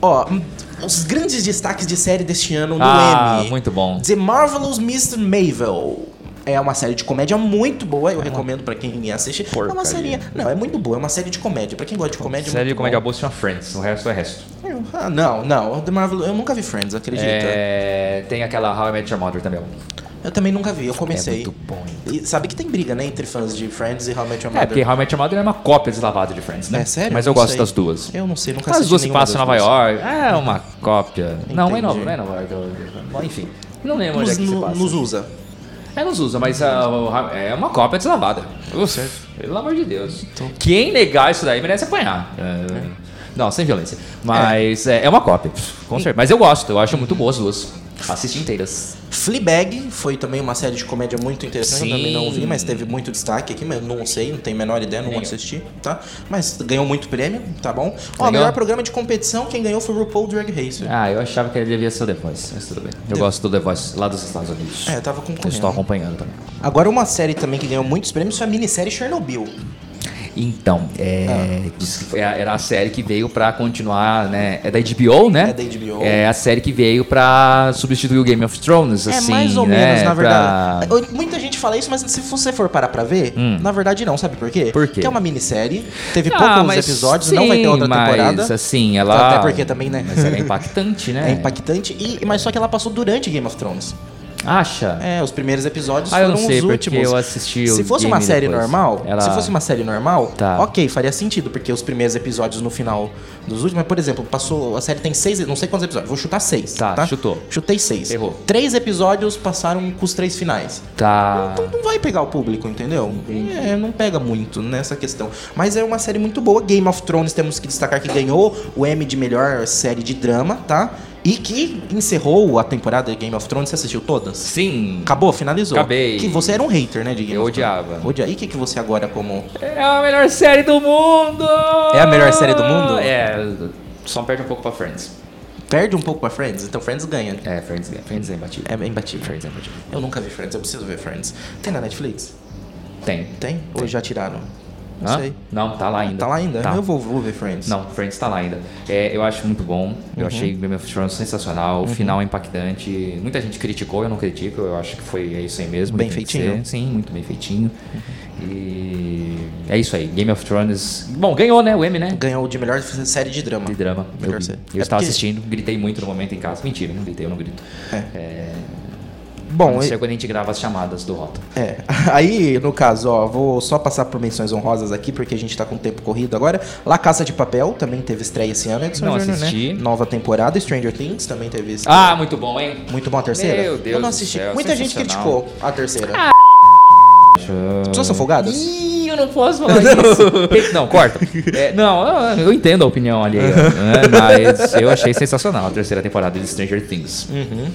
[SPEAKER 1] Ó, hum, os grandes destaques de série deste ano no
[SPEAKER 2] ah,
[SPEAKER 1] M.
[SPEAKER 2] muito bom.
[SPEAKER 1] The Marvelous Mr. Maisel. É uma série de comédia muito boa, eu
[SPEAKER 2] Ah.
[SPEAKER 1] recomendo pra quem assiste. É uma
[SPEAKER 3] Porcaria.
[SPEAKER 1] série. Não, é muito boa, é uma série de comédia. Pra quem gosta de comédia, é
[SPEAKER 2] Série de
[SPEAKER 1] muito
[SPEAKER 2] comédia
[SPEAKER 1] bom.
[SPEAKER 2] boa se chama Friends, o resto é resto.
[SPEAKER 1] Ah, não, não. The Marvelous. Eu nunca vi Friends, acredita.
[SPEAKER 2] É, tem aquela How I Met Your Mother também.
[SPEAKER 1] Eu também nunca vi, eu comecei.
[SPEAKER 2] É muito bom, hein?
[SPEAKER 1] E sabe que tem briga, né, entre fãs de Friends e How I Met Your
[SPEAKER 2] É,
[SPEAKER 1] Mother.
[SPEAKER 2] porque How I Met Your Mother é uma cópia deslavada de Friends, né?
[SPEAKER 1] É sério?
[SPEAKER 2] Mas eu
[SPEAKER 1] Não
[SPEAKER 2] gosto
[SPEAKER 1] sei.
[SPEAKER 2] das duas.
[SPEAKER 1] Eu não sei, nunca
[SPEAKER 2] As
[SPEAKER 1] assisti
[SPEAKER 2] duas se
[SPEAKER 1] nenhuma
[SPEAKER 2] passam em
[SPEAKER 1] das
[SPEAKER 2] Nova
[SPEAKER 1] duas.
[SPEAKER 2] York. É uma cópia. Não, não é
[SPEAKER 1] Entendi.
[SPEAKER 2] Nova, não é Nova York. eu- Enfim. Não lembro onde é que se
[SPEAKER 1] Nos,
[SPEAKER 2] passa.
[SPEAKER 1] nos usa.
[SPEAKER 2] É, nos usa, mas ah, o- é uma cópia deslavada. Uf, pelo amor de Deus.
[SPEAKER 1] Então-
[SPEAKER 2] Quem negar isso daí merece apanhar. É, Não, sem violência. Mas é, é uma cópia, com certeza. Mas eu gosto, eu acho muito boas as duas. Assisti inteiras.
[SPEAKER 1] Fleabag foi também uma série de comédia muito interessante, eu também não
[SPEAKER 2] Sim.
[SPEAKER 1] vi, mas teve muito destaque aqui, mas não sei, não tenho a menor ideia, não
[SPEAKER 2] Nem eu.
[SPEAKER 1] assisti, tá? Mas ganhou muito prêmio, tá bom? Ó,
[SPEAKER 2] Legal.
[SPEAKER 1] melhor programa de competição, quem ganhou foi o RuPaul Drag Racer.
[SPEAKER 2] Ah, eu achava que ele devia ser o The Voice, mas tudo bem. Eu gosto do The Voice lá dos Estados Unidos.
[SPEAKER 1] É, eu tava
[SPEAKER 2] eu estou
[SPEAKER 1] concorrendo.
[SPEAKER 2] acompanhando também.
[SPEAKER 1] Agora uma série também que ganhou muitos prêmios foi a minissérie Chernobyl.
[SPEAKER 2] Então, é,
[SPEAKER 1] Ah.
[SPEAKER 2] diz que foi a- era a série que veio pra continuar, né? É da HBO, né?
[SPEAKER 1] É da HBO.
[SPEAKER 2] É a série que veio pra substituir o Game of Thrones,
[SPEAKER 1] É
[SPEAKER 2] assim.
[SPEAKER 1] mais ou
[SPEAKER 2] né?
[SPEAKER 1] menos, na
[SPEAKER 2] Pra-
[SPEAKER 1] verdade. Eu- É, Muita gente fala isso, mas se você for parar pra ver, na verdade não, sabe por quê?
[SPEAKER 2] Hum. Por quê?
[SPEAKER 1] Porque é uma minissérie, teve
[SPEAKER 2] Ah,
[SPEAKER 1] poucos
[SPEAKER 2] mas
[SPEAKER 1] episódios, não vai ter
[SPEAKER 2] sim,
[SPEAKER 1] outra
[SPEAKER 2] mas,
[SPEAKER 1] temporada.
[SPEAKER 2] assim, ela...
[SPEAKER 1] Até porque também, né?
[SPEAKER 2] Mas ela é impactante, né?
[SPEAKER 1] [laughs] É impactante, e, mas só que ela passou durante Game of Thrones.
[SPEAKER 2] Acha?
[SPEAKER 1] É, os primeiros episódios
[SPEAKER 2] Ah, eu
[SPEAKER 1] foram
[SPEAKER 2] não sei,
[SPEAKER 1] os
[SPEAKER 2] porque
[SPEAKER 1] últimos.
[SPEAKER 2] eu assisti
[SPEAKER 1] se
[SPEAKER 2] o
[SPEAKER 1] fosse uma
[SPEAKER 2] game
[SPEAKER 1] série
[SPEAKER 2] depois.
[SPEAKER 1] normal,
[SPEAKER 2] Ela-
[SPEAKER 1] se fosse uma série normal,
[SPEAKER 2] Tá.
[SPEAKER 1] ok, faria sentido, porque os primeiros episódios no final dos últimos, mas, por exemplo, passou. A série tem seis, não sei quantos episódios, vou chutar seis.
[SPEAKER 2] Tá,
[SPEAKER 1] Tá,
[SPEAKER 2] chutou.
[SPEAKER 1] Chutei seis.
[SPEAKER 2] Errou.
[SPEAKER 1] Três episódios passaram com os três finais.
[SPEAKER 2] Tá.
[SPEAKER 1] Então não vai pegar o público, entendeu? É, não pega muito nessa questão. Mas é uma série muito boa. Game of Thrones, temos que destacar que ganhou o M de melhor série de drama, tá? E que encerrou a temporada de Game of Thrones. Você assistiu todas?
[SPEAKER 2] Sim.
[SPEAKER 1] Acabou, finalizou.
[SPEAKER 2] Acabei.
[SPEAKER 1] Que você era um hater, né, de Game
[SPEAKER 2] Eu
[SPEAKER 1] of Thrones?
[SPEAKER 2] odiava.
[SPEAKER 1] Odiava. E o que, que você agora como...
[SPEAKER 2] É a melhor série do mundo!
[SPEAKER 1] É a melhor série do mundo?
[SPEAKER 2] É. Só perde um pouco pra Friends.
[SPEAKER 1] Perde um pouco pra Friends? Então Friends ganha.
[SPEAKER 2] É, Friends, Friends é imbatível.
[SPEAKER 1] É imbatível.
[SPEAKER 2] Friends é imbatível.
[SPEAKER 1] Eu nunca vi Friends, eu preciso ver Friends. Tem na Netflix?
[SPEAKER 2] Tem.
[SPEAKER 1] Tem? Ou já tiraram? Não
[SPEAKER 2] Hã?
[SPEAKER 1] sei.
[SPEAKER 2] Não, tá lá ainda.
[SPEAKER 1] Tá lá ainda?
[SPEAKER 2] Tá.
[SPEAKER 1] Eu vou, vou ver Friends.
[SPEAKER 2] Não, Friends tá lá ainda. É, eu acho muito bom.
[SPEAKER 1] Uhum.
[SPEAKER 2] Eu achei Game of Thrones sensacional. O final é impactante. Muita gente criticou, eu não critico. Eu acho que foi é isso aí mesmo.
[SPEAKER 1] Bem
[SPEAKER 2] que tem que
[SPEAKER 1] feitinho.
[SPEAKER 2] ser. Sim, muito bem feitinho. E é isso aí. Game of Thrones. Bom, ganhou, né? O M, né?
[SPEAKER 1] Ganhou de melhor série de drama.
[SPEAKER 2] De drama. Eu,
[SPEAKER 1] Melhor ser.
[SPEAKER 2] eu
[SPEAKER 1] É
[SPEAKER 2] estava
[SPEAKER 1] porque-
[SPEAKER 2] assistindo, gritei muito no momento em casa. Mentira, não gritei, eu não grito. É, a
[SPEAKER 1] Bom,
[SPEAKER 2] não
[SPEAKER 1] e-
[SPEAKER 2] ser quando a gente grava as chamadas do Rota.
[SPEAKER 1] É, [laughs] aí no caso, ó, vou só passar por menções honrosas aqui, porque a gente tá com o tempo corrido agora. La Caça de Papel também teve estreia esse ano, Edson
[SPEAKER 2] Não
[SPEAKER 1] Júnior,
[SPEAKER 2] assisti.
[SPEAKER 1] né? Nova temporada, Stranger Things também teve estreia.
[SPEAKER 2] Ah, muito bom, hein?
[SPEAKER 1] Muito bom a terceira?
[SPEAKER 2] Meu Deus
[SPEAKER 1] Eu
[SPEAKER 2] do
[SPEAKER 1] não assisti.
[SPEAKER 2] céu,
[SPEAKER 1] Muita gente
[SPEAKER 2] sensacional.
[SPEAKER 1] criticou a terceira. Pessoas são folgadas?
[SPEAKER 2] Ih, eu não posso falar isso. Pe- [laughs] Não, corta. É, não, eu- eu entendo a [laughs] opinião alheia, né? mas eu achei sensacional a terceira temporada de Stranger Things.
[SPEAKER 1] Uhum.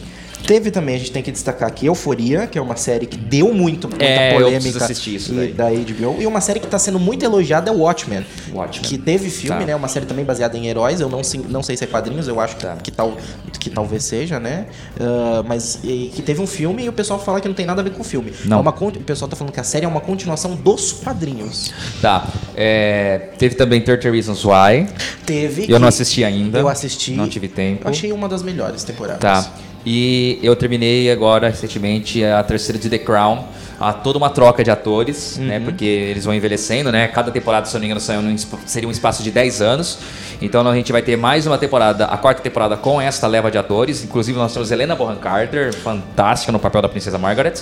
[SPEAKER 1] Teve também, a gente tem que destacar aqui, Euforia, que é uma série que deu muito, muita
[SPEAKER 2] É, eu preciso
[SPEAKER 1] polêmica
[SPEAKER 2] assistir isso
[SPEAKER 1] e- da HBO. E uma série que tá sendo muito elogiada é Watchmen.
[SPEAKER 2] Watchmen.
[SPEAKER 1] Que teve filme,
[SPEAKER 2] Tá.
[SPEAKER 1] né? Uma série também baseada em heróis. Eu não, sei- não sei se é quadrinhos, eu
[SPEAKER 2] Tá.
[SPEAKER 1] acho que, que, tal, que talvez seja, né? Ah, mas e- que teve um filme e o pessoal fala que não tem nada a ver com o filme.
[SPEAKER 2] Não.
[SPEAKER 1] É uma, con- o pessoal tá falando que a série é uma continuação dos quadrinhos.
[SPEAKER 2] Tá. É, teve também 30 Reasons Why.
[SPEAKER 1] Teve.
[SPEAKER 2] Eu
[SPEAKER 1] que-
[SPEAKER 2] não assisti ainda.
[SPEAKER 1] Eu assisti.
[SPEAKER 2] Não tive tempo.
[SPEAKER 1] Eu achei uma das melhores temporadas.
[SPEAKER 2] Tá. E eu terminei agora, recentemente, a terceira de The Crown. Há toda uma troca de atores, né? Porque eles vão envelhecendo, né? Cada temporada, se eu não me engano, saiu num espa- seria um espaço de 10 anos. Então a gente vai ter mais uma temporada, a quarta temporada, com esta leva de atores. Inclusive, nós temos Helena Bonham Carter, fantástica no papel da Princesa Margaret.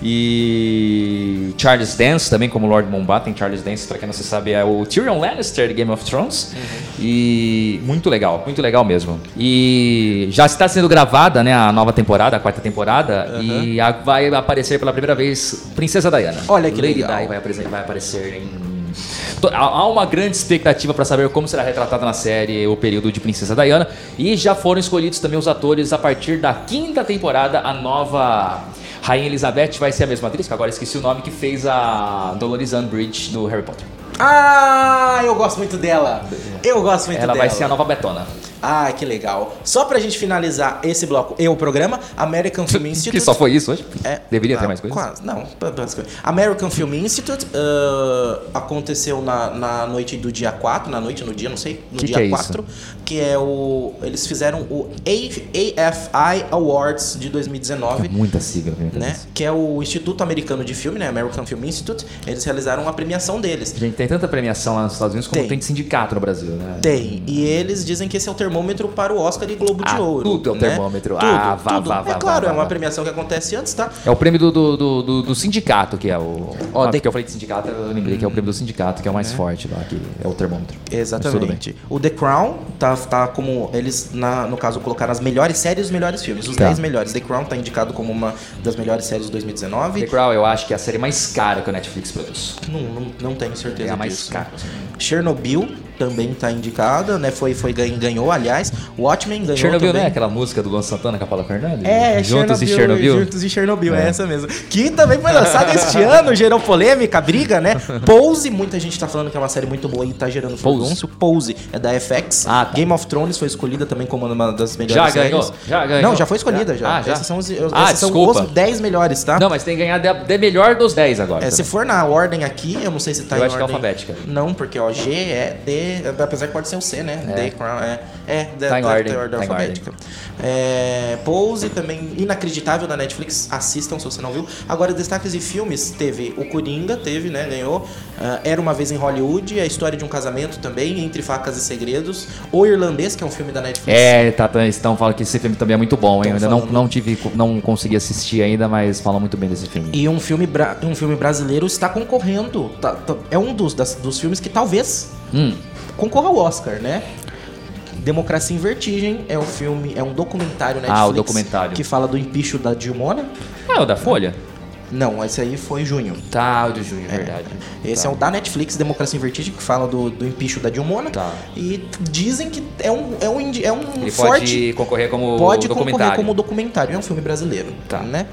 [SPEAKER 2] E Charles Dance também, como Lord Mountbatten. Charles Dance, pra quem não se sabe, é o Tyrion Lannister de Game of Thrones. E muito legal, muito legal mesmo. E já está sendo gravada, né, a nova temporada, a quarta temporada, e a- vai aparecer pela primeira vez Princesa Diana.
[SPEAKER 1] Olha que
[SPEAKER 2] Lady
[SPEAKER 1] legal.
[SPEAKER 2] Di vai, apresen- vai aparecer em To- Há há uma grande expectativa para saber como será retratada na série o período de Princesa Diana e já foram escolhidos também os atores a partir da quinta temporada a nova Rainha Elizabeth vai ser a mesma atriz, que agora esqueci o nome, que fez a Dolores Umbridge do Harry Potter.
[SPEAKER 1] Ah, eu gosto muito dela. Eu gosto muito
[SPEAKER 2] Ela
[SPEAKER 1] dela.
[SPEAKER 2] vai ser a nova Betona.
[SPEAKER 1] Ah, que legal. Só pra gente finalizar esse bloco e o programa,
[SPEAKER 2] [laughs]
[SPEAKER 1] American Film Institute.
[SPEAKER 2] Que só foi isso hoje?
[SPEAKER 1] É,
[SPEAKER 2] Deveria ter
[SPEAKER 1] ah,
[SPEAKER 2] mais coisas?
[SPEAKER 1] Quase, não, pa- pa- coisas. American Film Institute ah, aconteceu na, na noite do dia 4, na noite, no dia, não sei, no
[SPEAKER 2] Que
[SPEAKER 1] dia
[SPEAKER 2] que é isso?
[SPEAKER 1] 4, que é o. Eles fizeram o AFI Awards de 2019
[SPEAKER 2] Muita sigla, viu?
[SPEAKER 1] né? Que é o Instituto Americano de Filme, né? American Film Institute. Eles realizaram a premiação deles.
[SPEAKER 2] Gente, tem tanta premiação lá nos Estados Unidos como
[SPEAKER 1] Tem.
[SPEAKER 2] tem, de sindicato no Brasil, né?
[SPEAKER 1] Tem. E eles dizem que esse é o termômetro para o Oscar e Globo
[SPEAKER 2] Ah,
[SPEAKER 1] de Ouro.
[SPEAKER 2] tudo é o
[SPEAKER 1] né?
[SPEAKER 2] termômetro.
[SPEAKER 1] Tudo,
[SPEAKER 2] Ah, vá,
[SPEAKER 1] tudo.
[SPEAKER 2] vá, vá,
[SPEAKER 1] É
[SPEAKER 2] vá,
[SPEAKER 1] claro,
[SPEAKER 2] vá,
[SPEAKER 1] é uma
[SPEAKER 2] vá.
[SPEAKER 1] premiação que acontece antes, tá?
[SPEAKER 2] É o prêmio do, do, do, do- do sindicato, que é o.
[SPEAKER 1] Ó,
[SPEAKER 2] ah,
[SPEAKER 1] tem-
[SPEAKER 2] Porque eu falei de sindicato, eu lembrei que é o prêmio do sindicato, que é o mais forte lá, que é o termômetro. Mas tudo bem.
[SPEAKER 1] Exatamente. O The Crown tá, tá como. Eles, na- no caso, colocaram as melhores séries e os melhores filmes. Os
[SPEAKER 2] Tá.
[SPEAKER 1] 10 melhores. The Crown tá indicado como uma das melhores séries de 2019.
[SPEAKER 2] The Crown eu acho que é a série mais cara que o Netflix produz.
[SPEAKER 1] Não, não, não tenho certeza
[SPEAKER 2] É a mais
[SPEAKER 1] disso.
[SPEAKER 2] cara.
[SPEAKER 1] Chernobyl também tá indicada, né? Foi, foi ganhou, ganhou, aliás. Watchmen ganhou
[SPEAKER 2] Chernobyl,
[SPEAKER 1] também.
[SPEAKER 2] né? Aquela música do Luan Santana com a Paula Fernandes?
[SPEAKER 1] É,
[SPEAKER 2] Juntos
[SPEAKER 1] Chernobyl,
[SPEAKER 2] e Chernobyl.
[SPEAKER 1] Juntos e Chernobyl, é. essa mesmo. Que também foi lançada
[SPEAKER 2] [laughs]
[SPEAKER 1] este ano, gerou polêmica, briga, né? Pose, muita gente tá falando que é uma série muito boa e tá gerando furdúncio. Pose é da FX.
[SPEAKER 2] Ah, tá.
[SPEAKER 1] Game of Thrones foi escolhida também como uma das melhores
[SPEAKER 2] Já
[SPEAKER 1] séries.
[SPEAKER 2] ganhou? Já ganhou?
[SPEAKER 1] Não, já foi escolhida, já.
[SPEAKER 2] Ah, já?
[SPEAKER 1] Esses são os,
[SPEAKER 2] Ah,
[SPEAKER 1] esses são
[SPEAKER 2] desculpa.
[SPEAKER 1] os 10 melhores, tá?
[SPEAKER 2] Não, mas tem que ganhar de, de melhor dos 10 agora.
[SPEAKER 1] É, se
[SPEAKER 2] também.
[SPEAKER 1] for na ordem aqui, eu não sei se tá
[SPEAKER 2] Eu
[SPEAKER 1] em
[SPEAKER 2] acho que é
[SPEAKER 1] ordem-
[SPEAKER 2] alfabética.
[SPEAKER 1] Não, porque ó, G é D, apesar que pode ser um C, né? D, Crown, é. É, da,
[SPEAKER 2] Tá em
[SPEAKER 1] da-
[SPEAKER 2] ordem,
[SPEAKER 1] da ordem
[SPEAKER 2] tá em
[SPEAKER 1] alfabética. É, Pose também, inacreditável da Netflix, assistam se você não viu. Agora, destaques de filmes, teve o Coringa, teve, né, ganhou. Ah, Era Uma Vez em Hollywood, A História de um Casamento também, Entre Facas e Segredos. O Irlandês, que é um filme da Netflix.
[SPEAKER 2] É, tá, tá, estão falando que esse filme também é muito bom, hein? Eu ainda
[SPEAKER 1] Estão
[SPEAKER 2] não,
[SPEAKER 1] falando.
[SPEAKER 2] não tive, não consegui assistir ainda, mas falam muito bem desse filme.
[SPEAKER 1] E um filme, bra- um filme brasileiro está concorrendo. tá- tá- é um dos, das- dos filmes que talvez
[SPEAKER 2] Hum,
[SPEAKER 1] concorra ao Oscar, né? Democracia em Vertigem é um filme, é um documentário Netflix
[SPEAKER 2] Ah, o documentário.
[SPEAKER 1] que fala do empicho da Dilmona.
[SPEAKER 2] é o da Folha?
[SPEAKER 1] Não, esse aí foi junho.
[SPEAKER 2] Tá, o do Junho, é verdade.
[SPEAKER 1] Esse é o da Netflix, Democracia em Vertigem, que fala do, do empicho da Dilmona.
[SPEAKER 2] Tá.
[SPEAKER 1] E dizem que é um, é um, indi- é um
[SPEAKER 2] Ele
[SPEAKER 1] forte.
[SPEAKER 2] pode concorrer como
[SPEAKER 1] Pode concorrer
[SPEAKER 2] documentário.
[SPEAKER 1] como documentário. É um filme brasileiro.
[SPEAKER 2] Tá.
[SPEAKER 1] Né?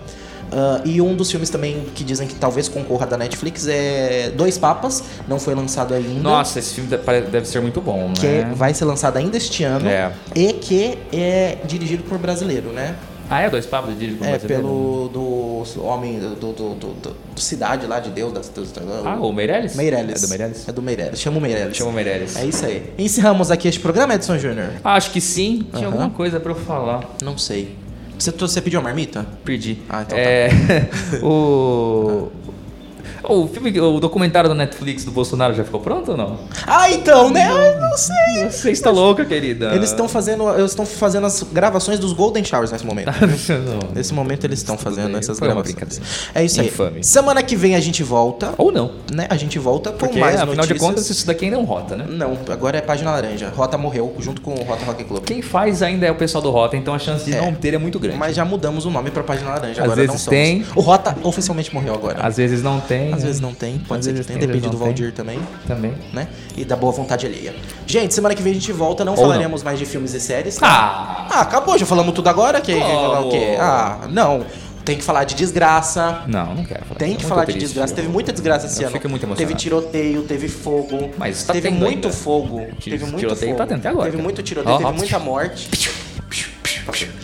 [SPEAKER 1] Ah, e um dos filmes também que dizem que talvez concorra da Netflix é Dois Papas. Não foi lançado ainda.
[SPEAKER 2] Nossa, esse filme deve- pare- deve ser muito bom, né?
[SPEAKER 1] que é vai ser lançado ainda este ano
[SPEAKER 2] É.
[SPEAKER 1] e que é dirigido por brasileiro, né?
[SPEAKER 2] Ah, é dois papos de
[SPEAKER 1] é pelo do homem do, do, do, do- do Cidade lá de Deus, das, das, das-
[SPEAKER 2] Ah, o Meirelles?
[SPEAKER 1] Meirelles.
[SPEAKER 2] É do Meirelles?
[SPEAKER 1] É do Meirelles. Chama o Meirelles.
[SPEAKER 2] Chama o Meirelles. Ah,
[SPEAKER 1] É isso aí. Encerramos aqui este programa, Edson Júnior?
[SPEAKER 2] Acho que sim. Tinha
[SPEAKER 1] Aham.
[SPEAKER 2] alguma coisa pra eu falar.
[SPEAKER 1] Não sei. Você, tô- você pediu a marmita?
[SPEAKER 2] Perdi.
[SPEAKER 1] Ah, então tá.
[SPEAKER 2] é... [laughs] o... O filme, o documentário da Netflix do Bolsonaro já ficou pronto ou não?
[SPEAKER 1] Ah, então, né? Eu não sei.
[SPEAKER 2] Você está louca, querida.
[SPEAKER 1] Eles estão fazendo, eles estão fazendo as gravações dos Golden Showers nesse momento.
[SPEAKER 2] [laughs] não.
[SPEAKER 1] Nesse momento eles estão fazendo
[SPEAKER 2] Ah. bem,
[SPEAKER 1] essas
[SPEAKER 2] foi uma
[SPEAKER 1] gravações.
[SPEAKER 2] brincadeira.
[SPEAKER 1] É isso aí.
[SPEAKER 2] Infame.
[SPEAKER 1] Semana que vem a gente volta.
[SPEAKER 2] Ou não.
[SPEAKER 1] né? A gente volta com
[SPEAKER 2] Porque,
[SPEAKER 1] mais
[SPEAKER 2] afinal
[SPEAKER 1] notícias.
[SPEAKER 2] de contas, isso daqui ainda é um rota, né?
[SPEAKER 1] Não, agora é página laranja. Rota morreu junto com o Rota Rock Club.
[SPEAKER 2] Quem faz ainda é o pessoal do Rota, então a chance de não ter é muito grande.
[SPEAKER 1] Mas já mudamos o nome pra página laranja.
[SPEAKER 2] Às
[SPEAKER 1] agora não
[SPEAKER 2] vezes
[SPEAKER 1] somos.
[SPEAKER 2] tem.
[SPEAKER 1] O Rota oficialmente morreu agora.
[SPEAKER 2] Às vezes não tem, tem.
[SPEAKER 1] Às
[SPEAKER 2] né?
[SPEAKER 1] vezes não tem, pode
[SPEAKER 2] Às
[SPEAKER 1] ser que
[SPEAKER 2] vezes
[SPEAKER 1] tenha,
[SPEAKER 2] tem, às
[SPEAKER 1] depende do
[SPEAKER 2] vezes não
[SPEAKER 1] Valdir também,
[SPEAKER 2] Também.
[SPEAKER 1] né? E da boa vontade alheia. Gente, semana que vem a gente volta, não
[SPEAKER 2] Ou não.
[SPEAKER 1] falaremos mais de filmes e séries.
[SPEAKER 2] Ah!
[SPEAKER 1] Ah, acabou, já falamos tudo agora? Que, falar o quê? Ah, não. Tem que falar de desgraça.
[SPEAKER 2] Não, não quero
[SPEAKER 1] Tem
[SPEAKER 2] falar. disso,
[SPEAKER 1] que
[SPEAKER 2] é muito
[SPEAKER 1] falar de
[SPEAKER 2] triste.
[SPEAKER 1] desgraça. Teve muita desgraça esse
[SPEAKER 2] Eu
[SPEAKER 1] ano.
[SPEAKER 2] fico muito
[SPEAKER 1] teve
[SPEAKER 2] emocionado.
[SPEAKER 1] tiroteio, teve fogo.
[SPEAKER 2] Mas tá
[SPEAKER 1] teve
[SPEAKER 2] tendo
[SPEAKER 1] muito
[SPEAKER 2] ainda.
[SPEAKER 1] fogo.
[SPEAKER 2] Tiro-
[SPEAKER 1] Teve muito
[SPEAKER 2] tiroteio
[SPEAKER 1] fogo.
[SPEAKER 2] tá tendo até agora,
[SPEAKER 1] Teve
[SPEAKER 2] cara.
[SPEAKER 1] muito tiroteio,
[SPEAKER 2] Ó,
[SPEAKER 1] teve
[SPEAKER 2] ó.
[SPEAKER 1] muita morte.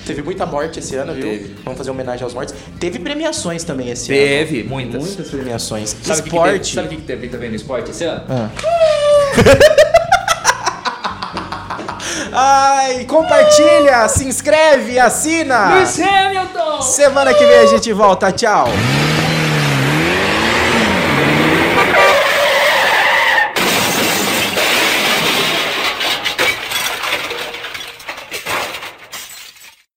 [SPEAKER 1] Teve muita morte esse ano, viu? Vamos fazer homenagem aos mortos. Teve premiações também esse ano.
[SPEAKER 2] Teve, muitas.
[SPEAKER 1] Muitas premiações.
[SPEAKER 2] Sabe o que que
[SPEAKER 1] Esporte.
[SPEAKER 2] teve- sabe o que, que teve também no esporte esse ano?
[SPEAKER 1] Ai, compartilha, se inscreve, assina.
[SPEAKER 2] Lewis Hamilton!
[SPEAKER 1] Semana que vem a gente volta. Tchau.